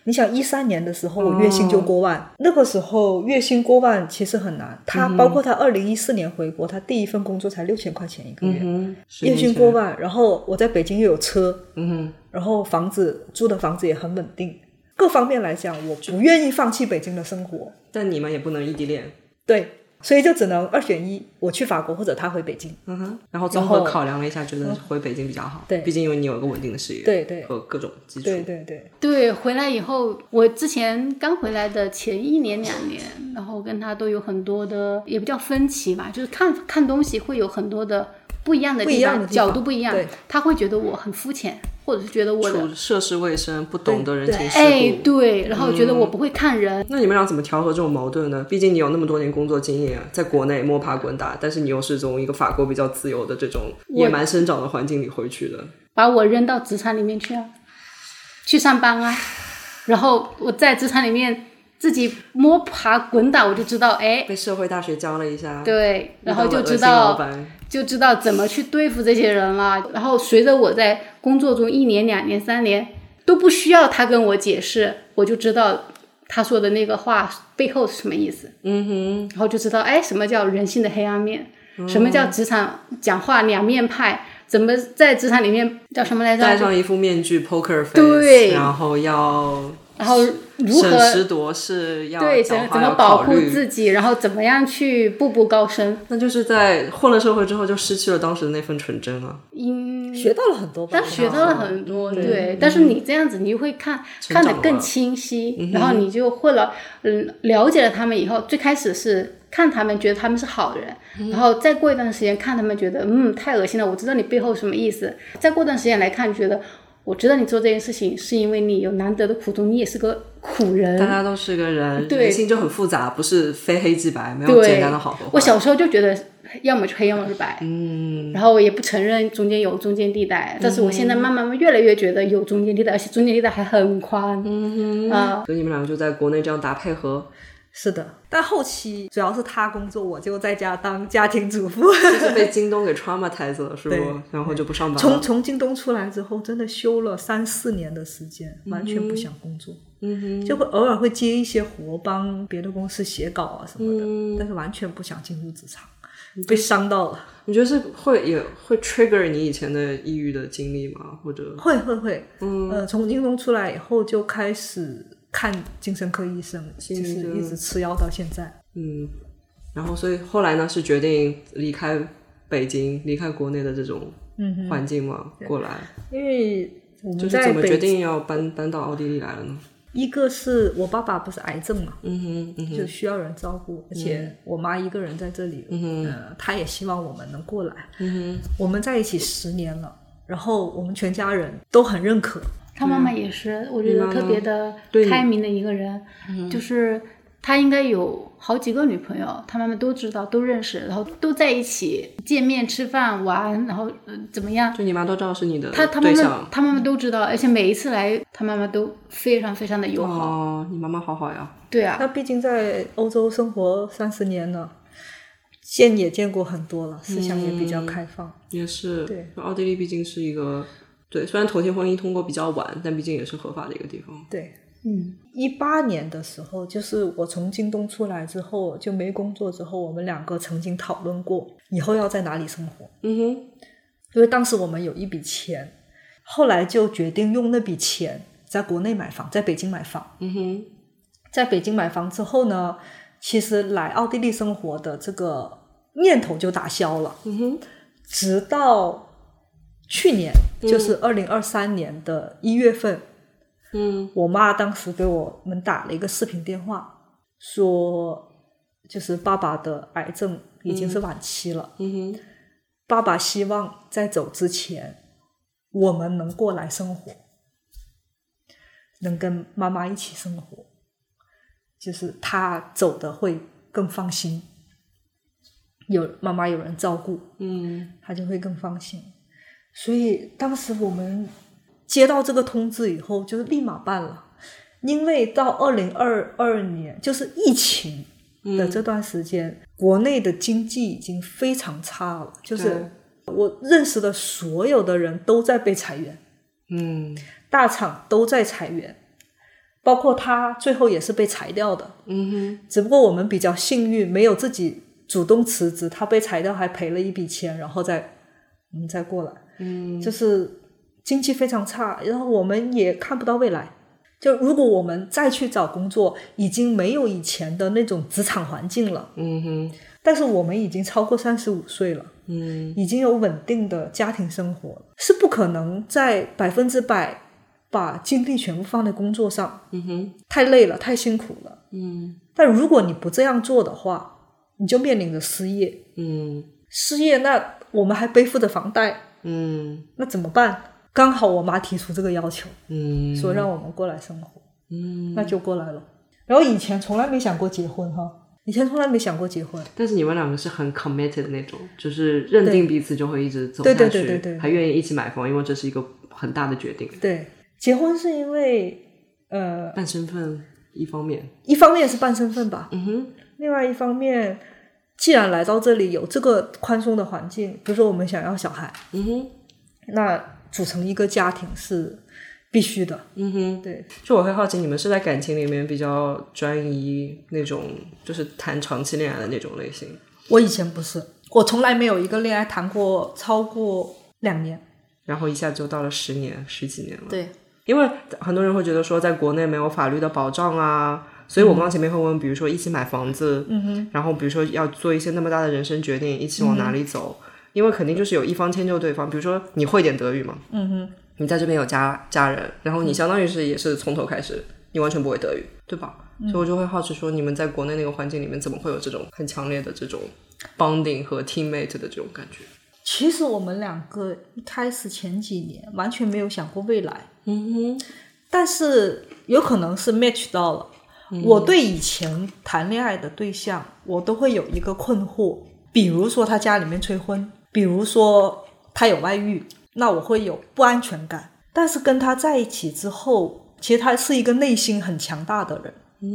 你想一三年的时候我月薪
哦
就过万，那个时候月薪过万其实很难。
嗯
他包括他二零一四年回国，他第一份工作才六千块钱一个月，
嗯，十
月
年
薪
前
过，万。然后我在北京又有车，
嗯
然后房子住的房子也很稳定，各方面来讲，我不愿意放弃北京的生活
哼，。但你们也不能异地恋，
对，所以就只能二选一，我去法国或者他回北京。
嗯哼，然后综合考量了一下，觉
嗯
得回北京比较好，
对
毕竟因为你有一个稳定的事业，
对对
和各种基础，
对对对，
对，回来以后，我之前刚回来的前一年两年，然后跟他都有很多的，也不叫分歧吧，就是看看东西会有很多的不一样的
不一
地
样
方，
的地方
角度不一样
对。
他会觉得我很肤浅，或或者是觉得我的
处设施卫生，不懂得人情世故。
哎对，然后觉得我不会看人，
那你们俩怎么调和这种矛盾呢？毕竟你有那么多年工作经验，在国内摸爬滚打，但是你又是从一个法国比较自由的这种野蛮生长的环境里回去的。
把我扔到职场里面去啊，去上班啊，然后我在职场里面自己摸爬滚打，我就知道哎，
被社会大学教了一下，
对，
遇到
然后
了
就
恶
知
心
道
老板
就知道怎么去对付这些人了。然后随着我在工作中一年、两年、三年都不需要他跟我解释，我就知道他说的那个话背后是什么意思。嗯哼，然后就知道哎，什么叫人性的黑暗面，
嗯
什么叫职场讲话两面派，怎么在职场里面叫什么来
戴
着？
上一副面具 poker face，
对
然后要
然后如何
审时度势，要
对怎
讲话
怎么
要
保
考
护
虑
自己，然后怎么样去步步高升？
那就是在混了社会之后，就失去了当时的那份纯真啊。
因
学到了很多吧，嗯
但学到了很多，对。但是你这样子，你会看
成
看
长
得
了
更清
嗯
晰，然后你就会了，嗯，了解了他们以后，最开始是看他们，觉得他们是好人，
嗯
然后再过一段时间看他们，觉得嗯太恶心了，我知道你背后什么意思。再过段时间来看，觉得我知道你做这件事情是因为你有难得的苦衷，你也是个苦人，
大家都是个人，
对
人性就很复杂，不是非黑即白，没有
对，
简单的好和坏。
我小时候就觉得，要么是黑，要么是白。嗯。然后我也不承认中间有中间地带，但是我现在
嗯
慢慢越来越觉得有中间地带，而且中间地带还很宽。嗯啊、
所以你们两个就在国内这样打配合，
是的。但后期主要是他工作，我就在家当家庭 主妇。
就是被京东给 traumatize 了，是
对
不？然后就不上班
从
了。
从京东出来之后，真的休了三四年的时间，
嗯
完全不想工作，嗯、就会偶尔会接一些活，帮别的公司写稿啊什么的，但是完全不想进入职场，被伤到了。
你觉得是会也会 trigger 你以前的抑郁的经历吗？或者
会会会，嗯，呃，从京东出来以后就开始看精神科医生，就
理
是
科
一直吃药到现在。
嗯，然后所以后来呢是决定离开北京，离开国内的这种环境吗？过来
因为我
就
们
是
在
怎么决
北京，
定要搬搬到奥地利来了呢？
一个是我爸爸不是癌症嘛，
嗯哼，嗯哼，嗯
就需要人照顾，而且我妈一个人在这里，呃，她也希望我们能过来。
嗯
我们在一起十年了，然后我们全家人都很认可，
他妈妈也是，我觉得特别的
对你嗯
开明的一个人，就是他应该有好几个女朋友，他妈妈都知道，都认识，然后都在一起见面、吃饭、玩，然后、呃、怎么样？
就你妈都知道是你的
他他妈
对
妈
象
他妈妈都知道，而且每一次来，他妈妈都非常非常的友好。
哦，你妈妈好好呀，
对啊，
他毕竟在欧洲生活三十年了，见也见过很多了，思想也比
嗯
较开放。
也是
对。
奥地利毕竟是一个对，虽然同性婚姻通过比较晚，但毕竟也是合法的一个地方。
对，
嗯，
一八年的时候，就是我从京东出来之后，就没工作之后，我们两个曾经讨论过以后要在哪里生活，
嗯哼，
因为当时我们有一笔钱，后来就决定用那笔钱在国内买房，在北京买房。
嗯哼，
在北京买房之后呢，其实来奥地利生活的这个念头就打消了，
嗯哼，
直到去年，就是二零二三年的一月份，
嗯
我妈当时给我们打了一个视频电话，说就是爸爸的癌症已经是晚期了，
嗯哼，
爸爸希望在走之前，我们能过来生活，能跟妈妈一起生活，就是他走的会更放心，有妈妈有人照顾，
嗯
他就会更放心。所以当时我们接到这个通知以后，就立马办了，因为到二零二二年就是疫情
嗯
的这段时间，国内的经济已经非常差了，就是我认识的所有的人都在被裁员，
嗯
大厂都在裁员，包括他最后也是被裁掉的。
嗯哼，
只不过我们比较幸运，没有自己主动辞职，他被裁掉还赔了一笔钱，然后再我们再过来，嗯，就是经济非常差，然后我们也看不到未来。就如果我们再去找工作，已经没有以前的那种职场环境了，
嗯哼，
但是我们已经超过三十五岁了，
嗯
已经有稳定的家庭生活了，是不可能在百分之百把精力全部放在工作上，
嗯哼，
太累了，太辛苦了。
嗯
但如果你不这样做的话，你就面临着失业。
嗯
失业，那我们还背负着房贷，
嗯
那怎么办？刚好我妈提出这个要求，
嗯，
说让我们过来生活，
嗯，
那就过来了。然后以前从来没想过结婚哈，以前从来没想过结婚，
但是你们两个是很 committed 的那种，就是认定彼此就会一直走下
对
去，
对对对对
还愿意一起买房，因为这是一个很大的决定。
对，结婚是因为呃，
办身份一方面，
一方面是办身份吧，
嗯哼，
另外一方面，既然来到这里有这个宽松的环境，比如说我们想要小孩，
嗯哼，
那组成一个家庭是必须的。
嗯哼。
对，
就我会好奇，你们是在感情里面比较专一那种，就是谈长期恋爱的那种类型。
我以前不是，我从来没有一个恋爱谈过超过两年。
然后一下就到了十年、十几年了。
对，
因为很多人会觉得说，在国内没有法律的保障啊，所以我刚前面会问，比如说一起买房子，嗯哼，嗯然后比如说要做一些那么大的人生决定，一起往哪里走，因为肯定就是有一方迁就对方。比如说你会点德语嘛，嗯哼，你在这边有家家人，然
嗯
后你相当于是也是从头开始，你完全不会德语，对吧？
嗯
所以我就会好奇说，你们在国内那个环境里面，怎么会有这种很强烈的这种 bonding 和 teammate 的这种感觉？
其实我们两个一开始前几年完全没有想过未来，
嗯哼，
但是有可能是 match 到了。
嗯
我对以前谈恋爱的对象，我都会有一个困惑，比如说他家里面催婚，比如说他有外遇，那我会有不安全感。但是跟他在一起之后，其实他是一个内心很强大的人，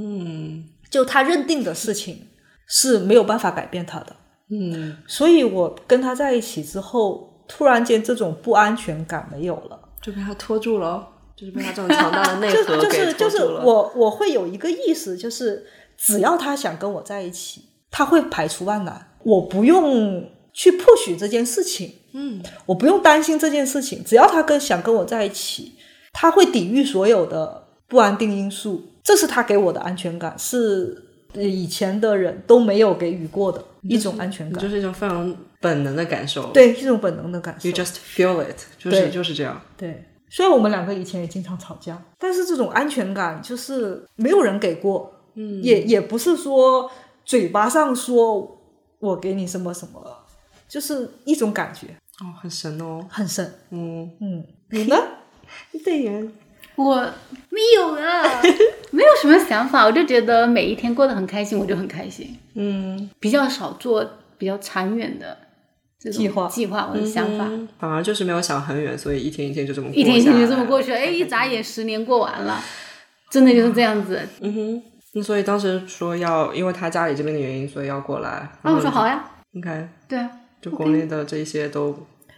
嗯
就他认定的事情是没有办法改变他的。
嗯，
所以我跟他在一起之后，突然间这种不安全感没有了。
就被他拖住了哦，就是被他这种强大的内
就
核
就
给
是
拖
就
住
是
了。
我我会有一个意识，就是只要他想跟我在一起，他会排除万难，我不用去 push 这件事情，
嗯，
我不用担心这件事情，只要他跟想跟我在一起，他会抵御所有的不安定因素，这是他给我的安全感，是呃以前的人都没有给予过的一种安全
嗯你
感，
就是一种非常本能的感受。
对一种本能的感受
，You。just feel it，就是
对
就是这样。
对，虽然我们两个以前也经常吵架，但是这种安全感就是没有人给过，嗯，也也不是说嘴巴上说我给你什么什么，就是一种感觉
哦，很神哦，
很深。
嗯，
嗯，你呢？对呀，
我没有啊，没有什么想法，我就觉得每一天过得很开心，我就很开心。嗯，比较少做比较长远的这种
计划
计划我的想法。
嗯反而就是没有想很远，所以一天一天就这么
一天一天
下
就
来
这么过。去了，哎，一眨眼十年过完了，真的就是这样子。
嗯哼，那所以当时说要，因为他家里这边的原因，所以要过来。
那哦我说
然后
好呀，
你看，
对啊，
就国内的这一些都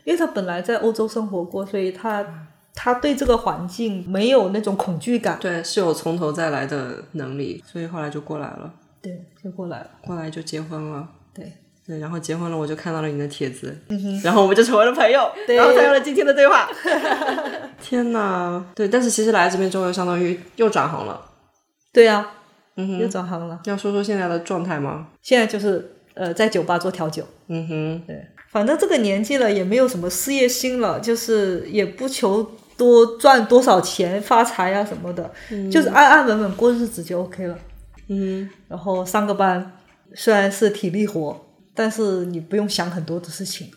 因为他本来在欧洲生活过，所以他他对这个环境没有那种恐惧感，
对，是有从头再来的能力，所以后来就过来了，
对，就过来了，
过来就结婚了。
对。
对，然后结婚了，我就看到了你的帖子，然后我们就成为了朋友，
对
然后才有了今天的对话。天哪，对，但是其实来这边之后，又相当于又转行了。
对呀、
嗯
又
哼，
转行了。
要说说现在的状态吗？
现在就是呃，在酒吧做调酒，
嗯哼，
对，反正这个年纪了，也没有什么事业心了，就是也不求多赚多少钱、发财啊什么的，就是安安稳稳过日子就 OK 了。
嗯，
然后上个班，虽然是体力活，但是你不用想很多的事情，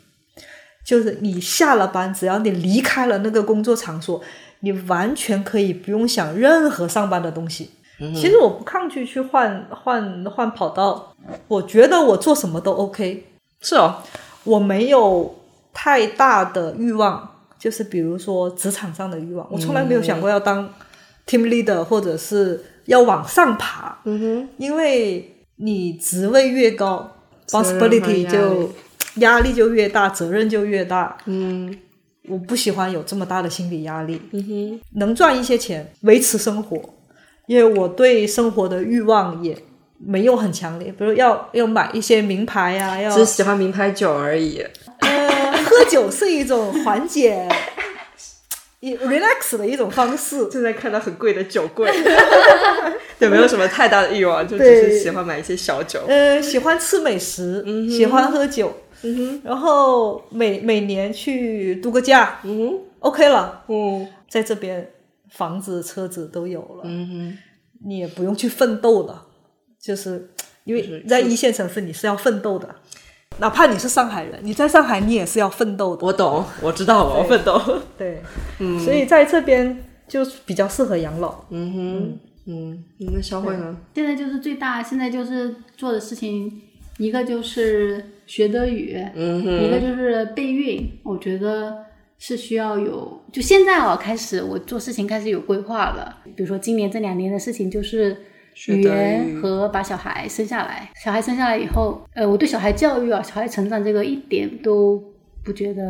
就是你下了班，只要你离开了那个工作场所，你完全可以不用想任何上班的东西。
嗯
其实我不抗拒去换换换跑道，我觉得我做什么都 OK。
是哦，
我没有太大的欲望，就是比如说职场上的欲望，我从来没有想过要
嗯
当 team leader 或者是要往上爬，
嗯哼，
因为你职位越高
责任和
，responsibility
压力
就压力就越大，责任就越大。
嗯
我不喜欢有这么大的心理压力，
嗯哼，
能赚一些钱维持生活，因为我对生活的欲望也没有很强烈，比如要要买一些名牌呀、要
只是喜欢名牌酒而已。
呃，喝酒是一种缓解 也 relax 的一种方式。
现在看到很贵的酒柜，也没有什么太大的欲望，就只
对
是喜欢买一些小酒。
呃，喜欢吃美食，喜欢喝酒，
嗯
然后每每年去度个假
哼，嗯
，OK 了，
哼，
在这边房子、车子都有了，
嗯哼，
你也不用去奋斗了，就是因
就是
为在一线城市你是要奋斗的，哪怕你是上海人，你在上海你也是要奋斗的。
我懂，我知道，我要奋斗。
对，所以在这边就比较适合养老。
嗯哼，嗯，那肖慧呢？
现在就是最大，现在就是做的事情，一个就是学德语，
嗯
一个就是备孕。我觉得是需要有，就现在啊，开始我做事情开始有规划了。比如说今年这两年的事情就是。
学
语
德
言
语
和把小孩生下来，小孩生下来以后，呃，我对小孩教育啊、小孩成长这个一点都不觉得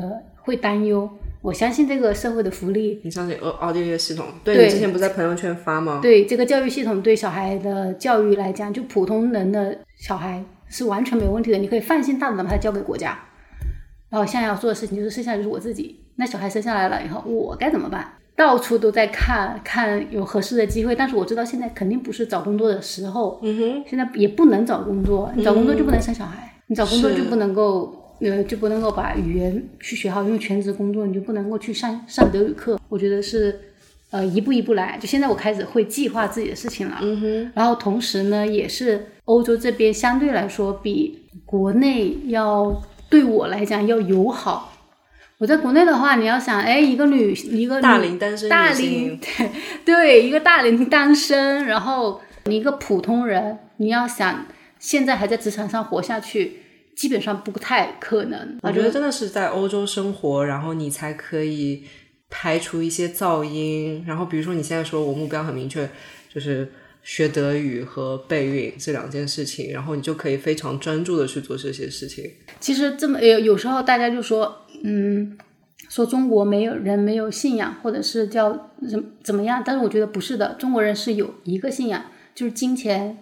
会担忧。我相信这个社会的福利，
你相信奥奥地利的系统？对
对
你之前不是在朋友圈发吗？
对这个教育系统对小孩的教育来讲，就普通人的小孩是完全没有问题的，你可以放心大胆地把他交给国家。然后现在要做的事情就是剩下就是我自己。那小孩生下来了以后，我该怎么办？到处都在看看有合适的机会，但是我知道现在肯定不是找工作的时候，
嗯哼，嗯
现在也不能找工作，你找工作就不能生小孩，你找工作
是
就不能够。呃，就不能够把语言去学好，因为全职工作你就不能够去上上德语课。我觉得是，呃，一步一步来。就现在我开始会计划自己的事情了，
嗯哼，
然后同时呢，也是欧洲这边相对来说比国内要对我来讲要友好。我在国内的话，你要想，哎，一个女一个女
大龄单身
大
女性
龄 对一个大龄单身，然后你一个普通人，你要想现在还在职场上活下去，基本上不太可能。
我觉得真的是在欧洲生活，然后你才可以排除一些噪音。然后比如说你现在说我目标很明确，就是学德语和备孕这两件事情，然后你就可以非常专注的去做这些事情。
其实这么有有时候大家就说，嗯，说中国没有人没有信仰，或者是叫怎怎么样？但是我觉得不是的，中国人是有一个信仰，就是金钱。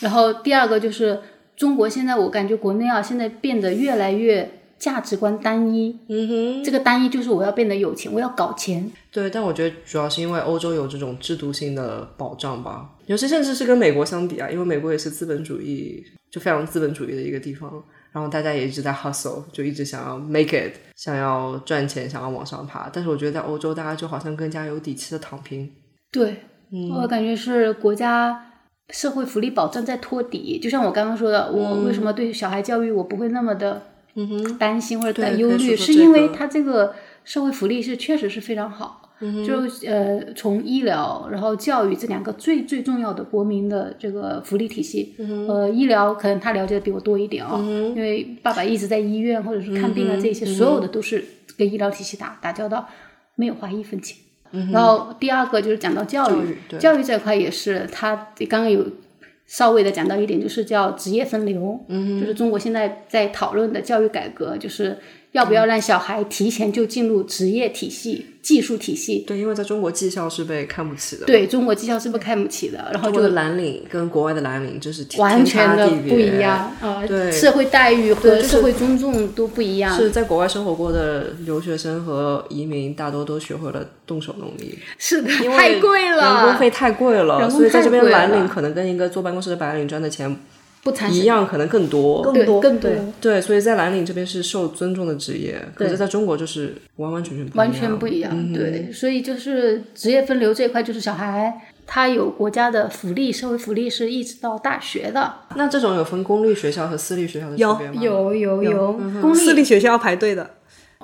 然后第二个就是中国现在我感觉国内啊，现在变得越来越价值观单一。
嗯哼，
这个单一就是我要变得有钱，我要搞钱。
对，但我觉得主要是因为欧洲有这种制度性的保障吧，尤其甚至是跟美国相比啊，因为美国也是资本主义，就非常资本主义的一个地方，然后大家也一直在 hustle，就一直想要 make it，想要赚钱，想要往上爬。但是我觉得在欧洲，大家就好像更加有底气的躺平。
对，
嗯
我感觉是国家社会福利保障在托底。就像我刚刚说的，我为什么对小孩教育我不会那么的
嗯哼，
担心或者
对
担忧
可以说
虑，
说
是
这
因
个
为
嗯
它这个社会福利是确实是非常好，就呃从医疗然后教育这两个最最重要的国民的这个福利体系，
嗯
呃医疗可能他了解的比我多一点哦，因为爸爸一直在医院或者是看病
嗯
啊、这些，所有的都是跟医疗体系打打交道，没有花一分钱。然后第二个就是讲到教育，
嗯教育对
教育这块也是，他刚刚有稍微的讲到一点，就是叫职业分流，嗯，就是中国现在在讨论的教育改革，就是要不要让小孩提前就进入职业体系、技术体系。
对，因为在中国绩效是被看不起的，，
对中国绩效是不看不起的，然后
中国
就
的蓝领跟国外的蓝领就是天
完全
天差
的
地别
不一样，
对
呃，社会待遇
对
和
就是
社会尊重都不一样。
是在国外生活过的留学生和移民，大多都学会了动手动力。
是的，
因为
太贵
人工
了，
费太贵了，
人工
所以在这边
太贵了
蓝领可能跟一个坐办公室的白领赚的钱
不产
一
生
样，可能更多。
更
对
多
更多
对
对，所以在蓝领这边是受尊重的职业，可是在中国就是完完全全不一样
完全不一样。对，所以就是职业分流这一块，就是小孩他有国家的福利，社会福利是一直到大学的。
那这种有分公立学校和私立学校的区
有
别吗？
有有嗯有，公
私
立
立学校要排队的，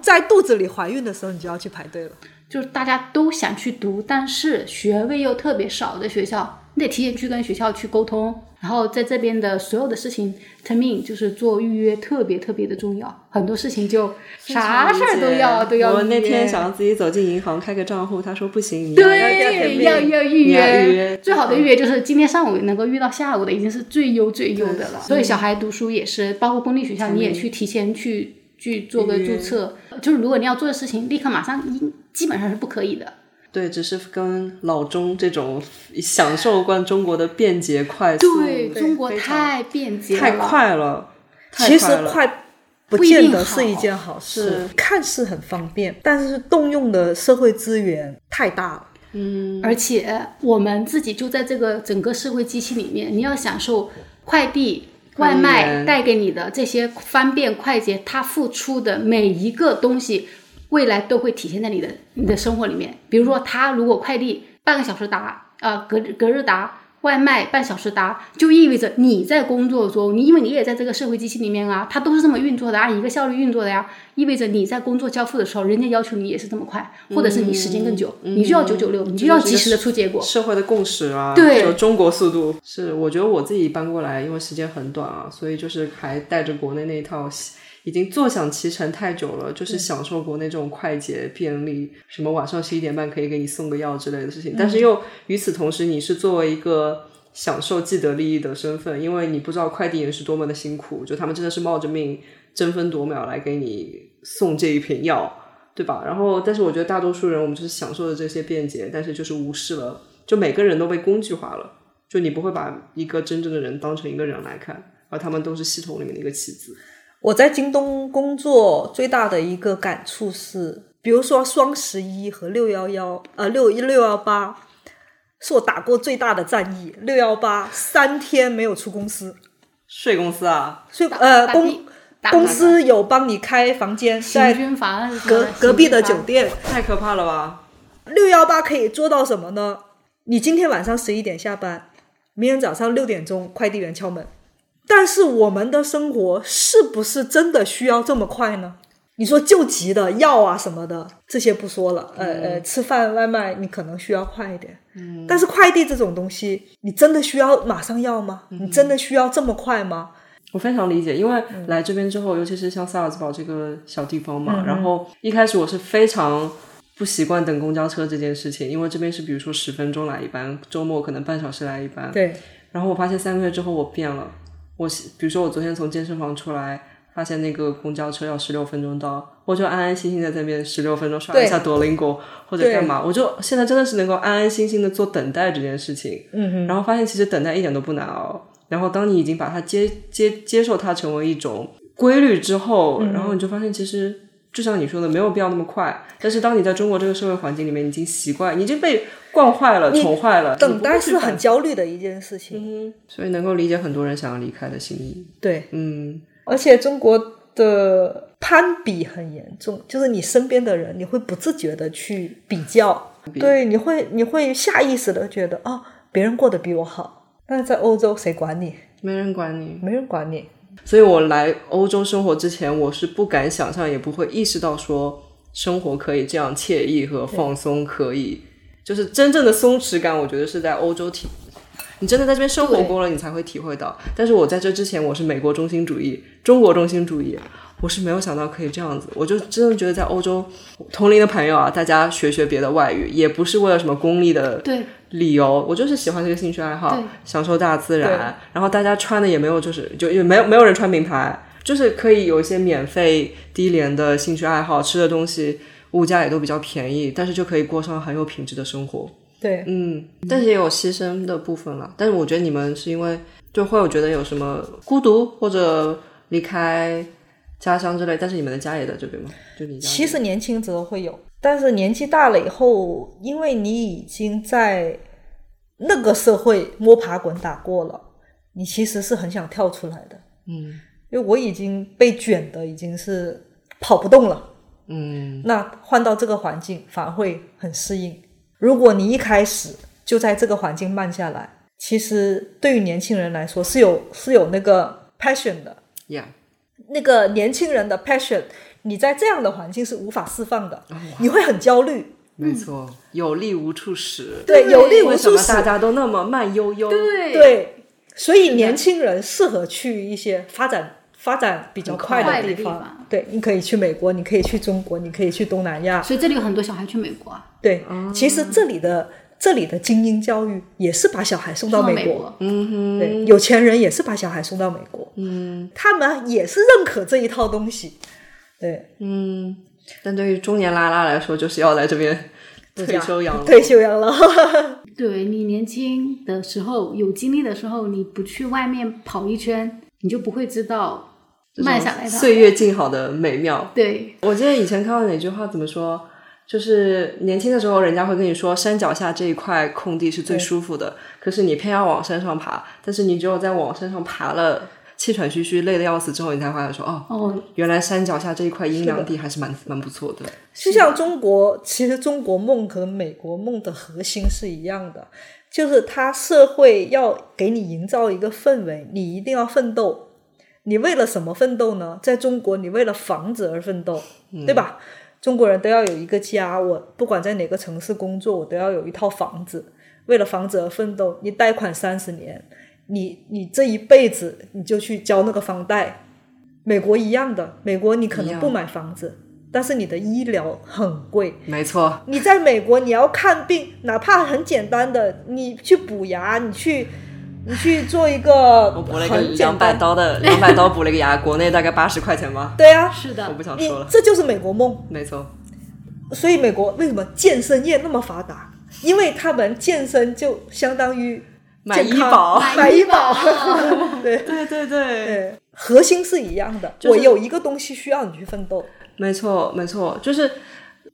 在肚子里怀孕的时候你就要去排队了。
就是大家都想去读，但是学位又特别少的学校，你得提前去跟学校去沟通。然后在这边的所有的事情 t i m i n 就是做预约特别特别的重要，很多事情就啥事儿都要都要预约。
我那天想要自己走进银行开个账户，他说不行，你要要填
对，
命
要要预
要
约，
预约
最好的预约就是今天上午能够遇到下午的，已经是最优最优的了。
嗯
所以小孩读书也是，包括公立学校，你也去提前去去做个注册。就是如果你要做的事情，立刻马上一基本上是不可以的。
对，只是跟老中这种享受惯中国的便捷快速，
中国
非常
太便捷了，
太快了，太
其实
快了
快不
不一定
见得
好
是一件好事
是，
看似很方便，但是动用的社会资源太大了。
嗯
而且我们自己就在这个整个社会机器里面，你要享受快递、外卖带给你的这些方便快捷，它付出的每一个东西，未来都会体现在你的你的生活里面。比如说，他如果快递半个小时达，啊、隔隔日达。外卖半小时达，就意味着你在工作中，你因为你也在这个社会机器里面啊，它都是这么运作的，按一个效率运作的呀，意味着你在工作交付的时候，人家要求你也是这么快，或者是你时间更久，你就要九九六，你就要及时的出结果。
社会的共识啊，
对
有中国速度是，我觉得我自己搬过来，因为时间很短啊，所以就是还带着国内那一套习，已经坐享其成太久了，就是享受国内这种快捷便利，什么晚上十一点半可以给你送个药之类的事情，但是又与此同时，你是作为一个。享受既得利益的身份，因为你不知道快递员是多么的辛苦，就他们真的是冒着命争分夺秒来给你送这一瓶药，对吧？然后，但是我觉得大多数人我们就是享受着这些便捷，但是就是无视了，就每个人都被工具化了，就你不会把一个真正的人当成一个人来看，而他们都是系统里面的一个棋子。
我在京东工作最大的一个感触是，比如说双十一和六幺幺，呃，六一六幺八是我打过最大的战役。六幺八三天没有出公司，
税公司啊，
所以呃
哦打
公
打
公司有帮你开房间，
行
在
军法案是
隔
吧
隔壁的酒
行军法
店。
太可怕了吧！
六幺八可以做到什么呢？你今天晚上十一点下班，明天早上六点钟快递员敲门。但是我们的生活是不是真的需要这么快呢？你说救急的药啊什么的，这些不说了。呃呃，吃饭外卖你可能需要快一点，嗯，但是快递这种东西，你真的需要马上要吗？你真的需要这么快吗？
我非常理解，因为来这边之后，尤其是像萨尔茨堡这个小地方嘛，然后一开始我是非常不习惯等公交车这件事情，因为这边是比如说十分钟来一班，周末可能半小时来一班，
对，
然后我发现三个月之后我变了，我是比如说我昨天从健身房出来，发现那个公交车要十六分钟到，我就安安心心的在那边十六分钟刷一下多邻国或者干嘛，我就现在真的是能够安安心心的做等待这件事情，
嗯哼，
然后发现其实等待一点都不难熬。然后当你已经把它接接接受它成为一种规律之后，
嗯
然后你就发现其实。就像你说的，没有必要那么快。但是当你在中国这个社会环境里面，你已经习惯，你已经被惯坏了、宠坏了。你
等
不会
待
去
是
反嗯
很焦虑的一件事情。
所以能够理解很多人想要离开的心意。
对，
嗯，
而且中国的攀比很严重，就是你身边的人，你会不自觉的去比较，对，你会你会下意识的觉得哦，别人过得比我好，但是在欧洲谁管你？
没人管你。
没人管你。
所以我来欧洲生活之前，我是不敢想象，也不会意识到说生活可以这样惬意和放松，可以就是真正的松弛感，我觉得是在欧洲体。你真的在这边生活过了，你才会体会到。但是我在这之前，我是美国中心主义、中国中心主义，我是没有想到可以这样子。我就真的觉得在欧洲，同龄的朋友啊，大家学学别的外语，也不是为了什么功利的
对
理由，我就是喜欢这个兴趣爱好
对，
享受大自然。然后大家穿的也没有，就是就也没有没有人穿名牌，就是可以有一些免费低廉的兴趣爱好，吃的东西物价也都比较便宜，但是就可以过上很有品质的生活。
对，
嗯，但是也有牺牲的部分了。但是我觉得你们是因为就会有觉得有什么孤独或者离开家乡之类，但是你们的家也在这边吗？就你家
其实年轻时候会有，但是年纪大了以后，因为你已经在那个社会摸爬滚打过了，你其实是很想跳出来的。
嗯
因为我已经被卷的已经是跑不动了。
嗯
那换到这个环境反而会很适应。如果你一开始就在这个环境慢下来，其实对于年轻人来说是有是有那个 passion 的，
，yeah，
那个年轻人的 passion，你在这样的环境是无法释放的，
啊
你会很焦虑。
没错，有力无处使。
对，
对
有力无
为什
处
么
使
大。家都那么慢悠悠？
对
对，所以年轻人适合去一些发展发展比较快
快
的
的
地
地
方。
方
对，你可以去美国，你可以去中国，你可以去东南亚。
所以这里有很多小孩去美国啊，
对，其实这里的这里的精英教育也是把小孩送到
到
美
美嗯
国，
嗯
对，有钱人也是把小孩送到美国，嗯，他们也是认可这一套东西，对，
嗯，但对于中年拉拉来说，就是要来这边退休养老。
退休养老，
对你年轻的时候有精力的时候，你不去外面跑一圈，你就不会知道慢下来的
岁月静好的美妙。
对
我记得以前看到哪句话怎么说，就是年轻的时候，人家会跟你说山脚下这一块空地是最舒服的，可是你偏要往山上爬，但是你只有在往山上爬了，气喘吁吁、累得要死之后，你才发现说，哦，
哦，
原来山脚下这一块阴凉地还是蛮蛮不错的。
就像中国，其实中国梦和美国梦的核心是一样的，就是他社会要给你营造一个氛围，你一定要奋斗。你为了什么奋斗呢？在中国，你为了房子而奋斗，
嗯
对吧？中国人都要有一个家，我不管在哪个城市工作，我都要有一套房子。为了房子而奋斗，你贷款三十年，你你这一辈子你就去交那个房贷。美国一样的，美国你可
一
能
样
不买房子，但是你的医疗很贵，
没错，
你在美国，你要看病，哪怕很简单的，你去补牙，你去，你去做一个
我补了一个
很
两
简
百
单，
刀的，两百刀补了一个牙，国内大概八十块钱吧。
对啊，
是
我
的
不，想
你
说了，
这就是美国梦。
没错，
所以美国为什么健身业那么发达？因为他们健身就相当于
买
健
医
康
保，
买医保，对
对对对，
对， 核心是一样的。
就是
我有一个东西需要你去奋斗，
没错，没错，就是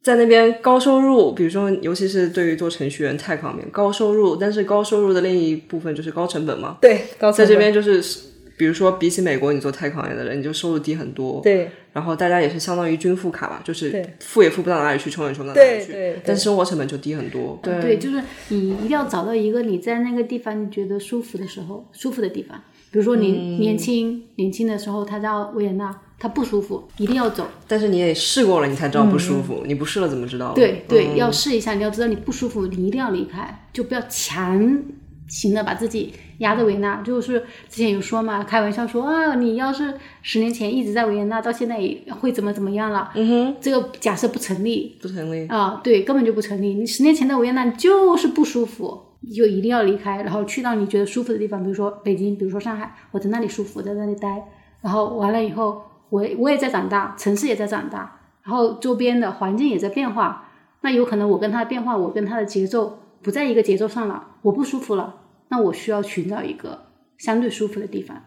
在那边高收入，比如说，尤其是对于做程序员 tech 方面，高收入，但是高收入的另一部分就是高成本嘛。
对，高
在
成
这
本
边就是，比如说比起美国，你做 tech 行业的人，你就收入低很多。。
对
然后大家也是相当于均富卡吧，就是
对
富也富不到哪里去，穷也穷不到哪里
对
去。
对，
但生活成本就低很多。对
对，就是你一定要找到一个你在那个地方你觉得舒服的时候，舒服的地方。比如说你年轻、年轻的时候，他在维也纳，他不舒服，一定要走。
但是你也试过了，你才知道不舒
嗯
服。你不试了怎么知道？嗯
对对，要试一下，你要知道你不舒服，你一定要离开，就不要强行的把自己压在维也纳。就是之前有说嘛，开玩笑说啊，你要是十年前一直在维也纳，到现在也会怎么怎么样了。嗯哼，这个假设不成立
不成立。
啊，对，根本就不成立。你十年前在维也纳你就是不舒服。你就一定要离开，然后去到你觉得舒服的地方，比如说北京，比如说上海，我在那里舒服，在那里待。然后完了以后，我我也在长大，城市也在长大，然后周边的环境也在变化，那有可能我跟他的变化，我跟他的节奏不在一个节奏上了，我不舒服了，那我需要寻找一个相对舒服的地方。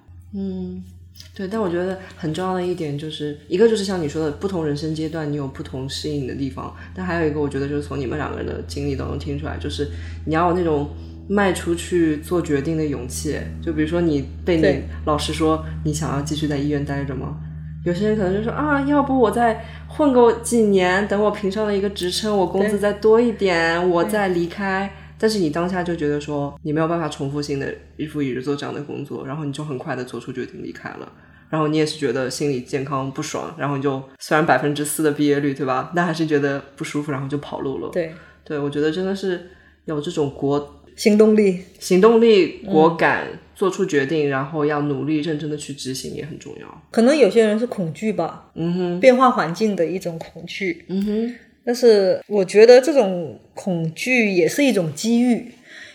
对，但我觉得很重要的一点就是，一个就是像你说的，不同人生阶段你有不同适应的地方，但还有一个我觉得就是从你们两个人的经历当中听出来，就是你要有那种迈出去做决定的勇气。就比如说你被你
对
老师说你想要继续在医院待着吗？有些人可能就说啊，要不我再混个几年，等我评上了一个职称，我工资
对
再多一点，我再离开。但是你当下就觉得说你没有办法重复性的日复一日做这样的工作，然后你就很快的做出决定离开了。然后你也是觉得心理健康不爽，然后你就虽然百分之四的毕业率对吧，但还是觉得不舒服，然后就跑路了。
对，
对，我觉得真的是有这种国
行动力，
行动力、果敢，做出决定，然后要努力认真的去执行也很重要。
可能有些人是恐惧吧，嗯哼，变化环境的一种恐惧，嗯哼。但是我觉得这种恐惧也是一种机遇，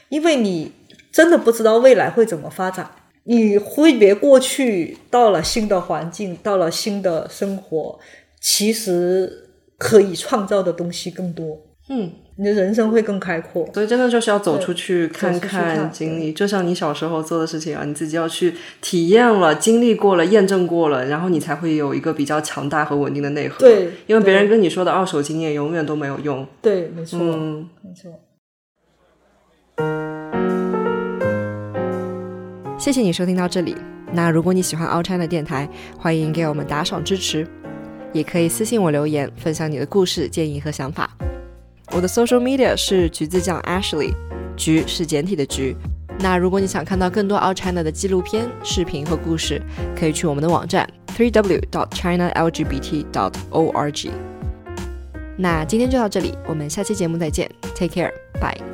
因为你真的不知道未来会怎么发展，你挥别过去，到了新的环境，到了新的生活，其实可以创造的东西更多，
嗯，
你的人生会更开阔。
所以真的就是要走出去看
走出去看
经历，就像你小时候做的事情啊，你自己要去体验了、经历过了、验证过了，然后你才会有一个比较强大和稳定的内核。
对
因为别人
对
跟你说的二手经验永远都没有用。
对，没错，
嗯，
没错。
谢谢你收听到这里。那如果你喜欢 Out China 电台，欢迎给我们打赏支持，也可以私信我留言，分享你的故事、建议和想法。我的 social media 是橘子酱 Ashley，橘是简体的橘。那如果你想看到更多 Out China 的纪录片、视频和故事，可以去我们的网站 three w dot china lgbt dot o r g。那今天就到这里，我们下期节目再见，Take care，bye。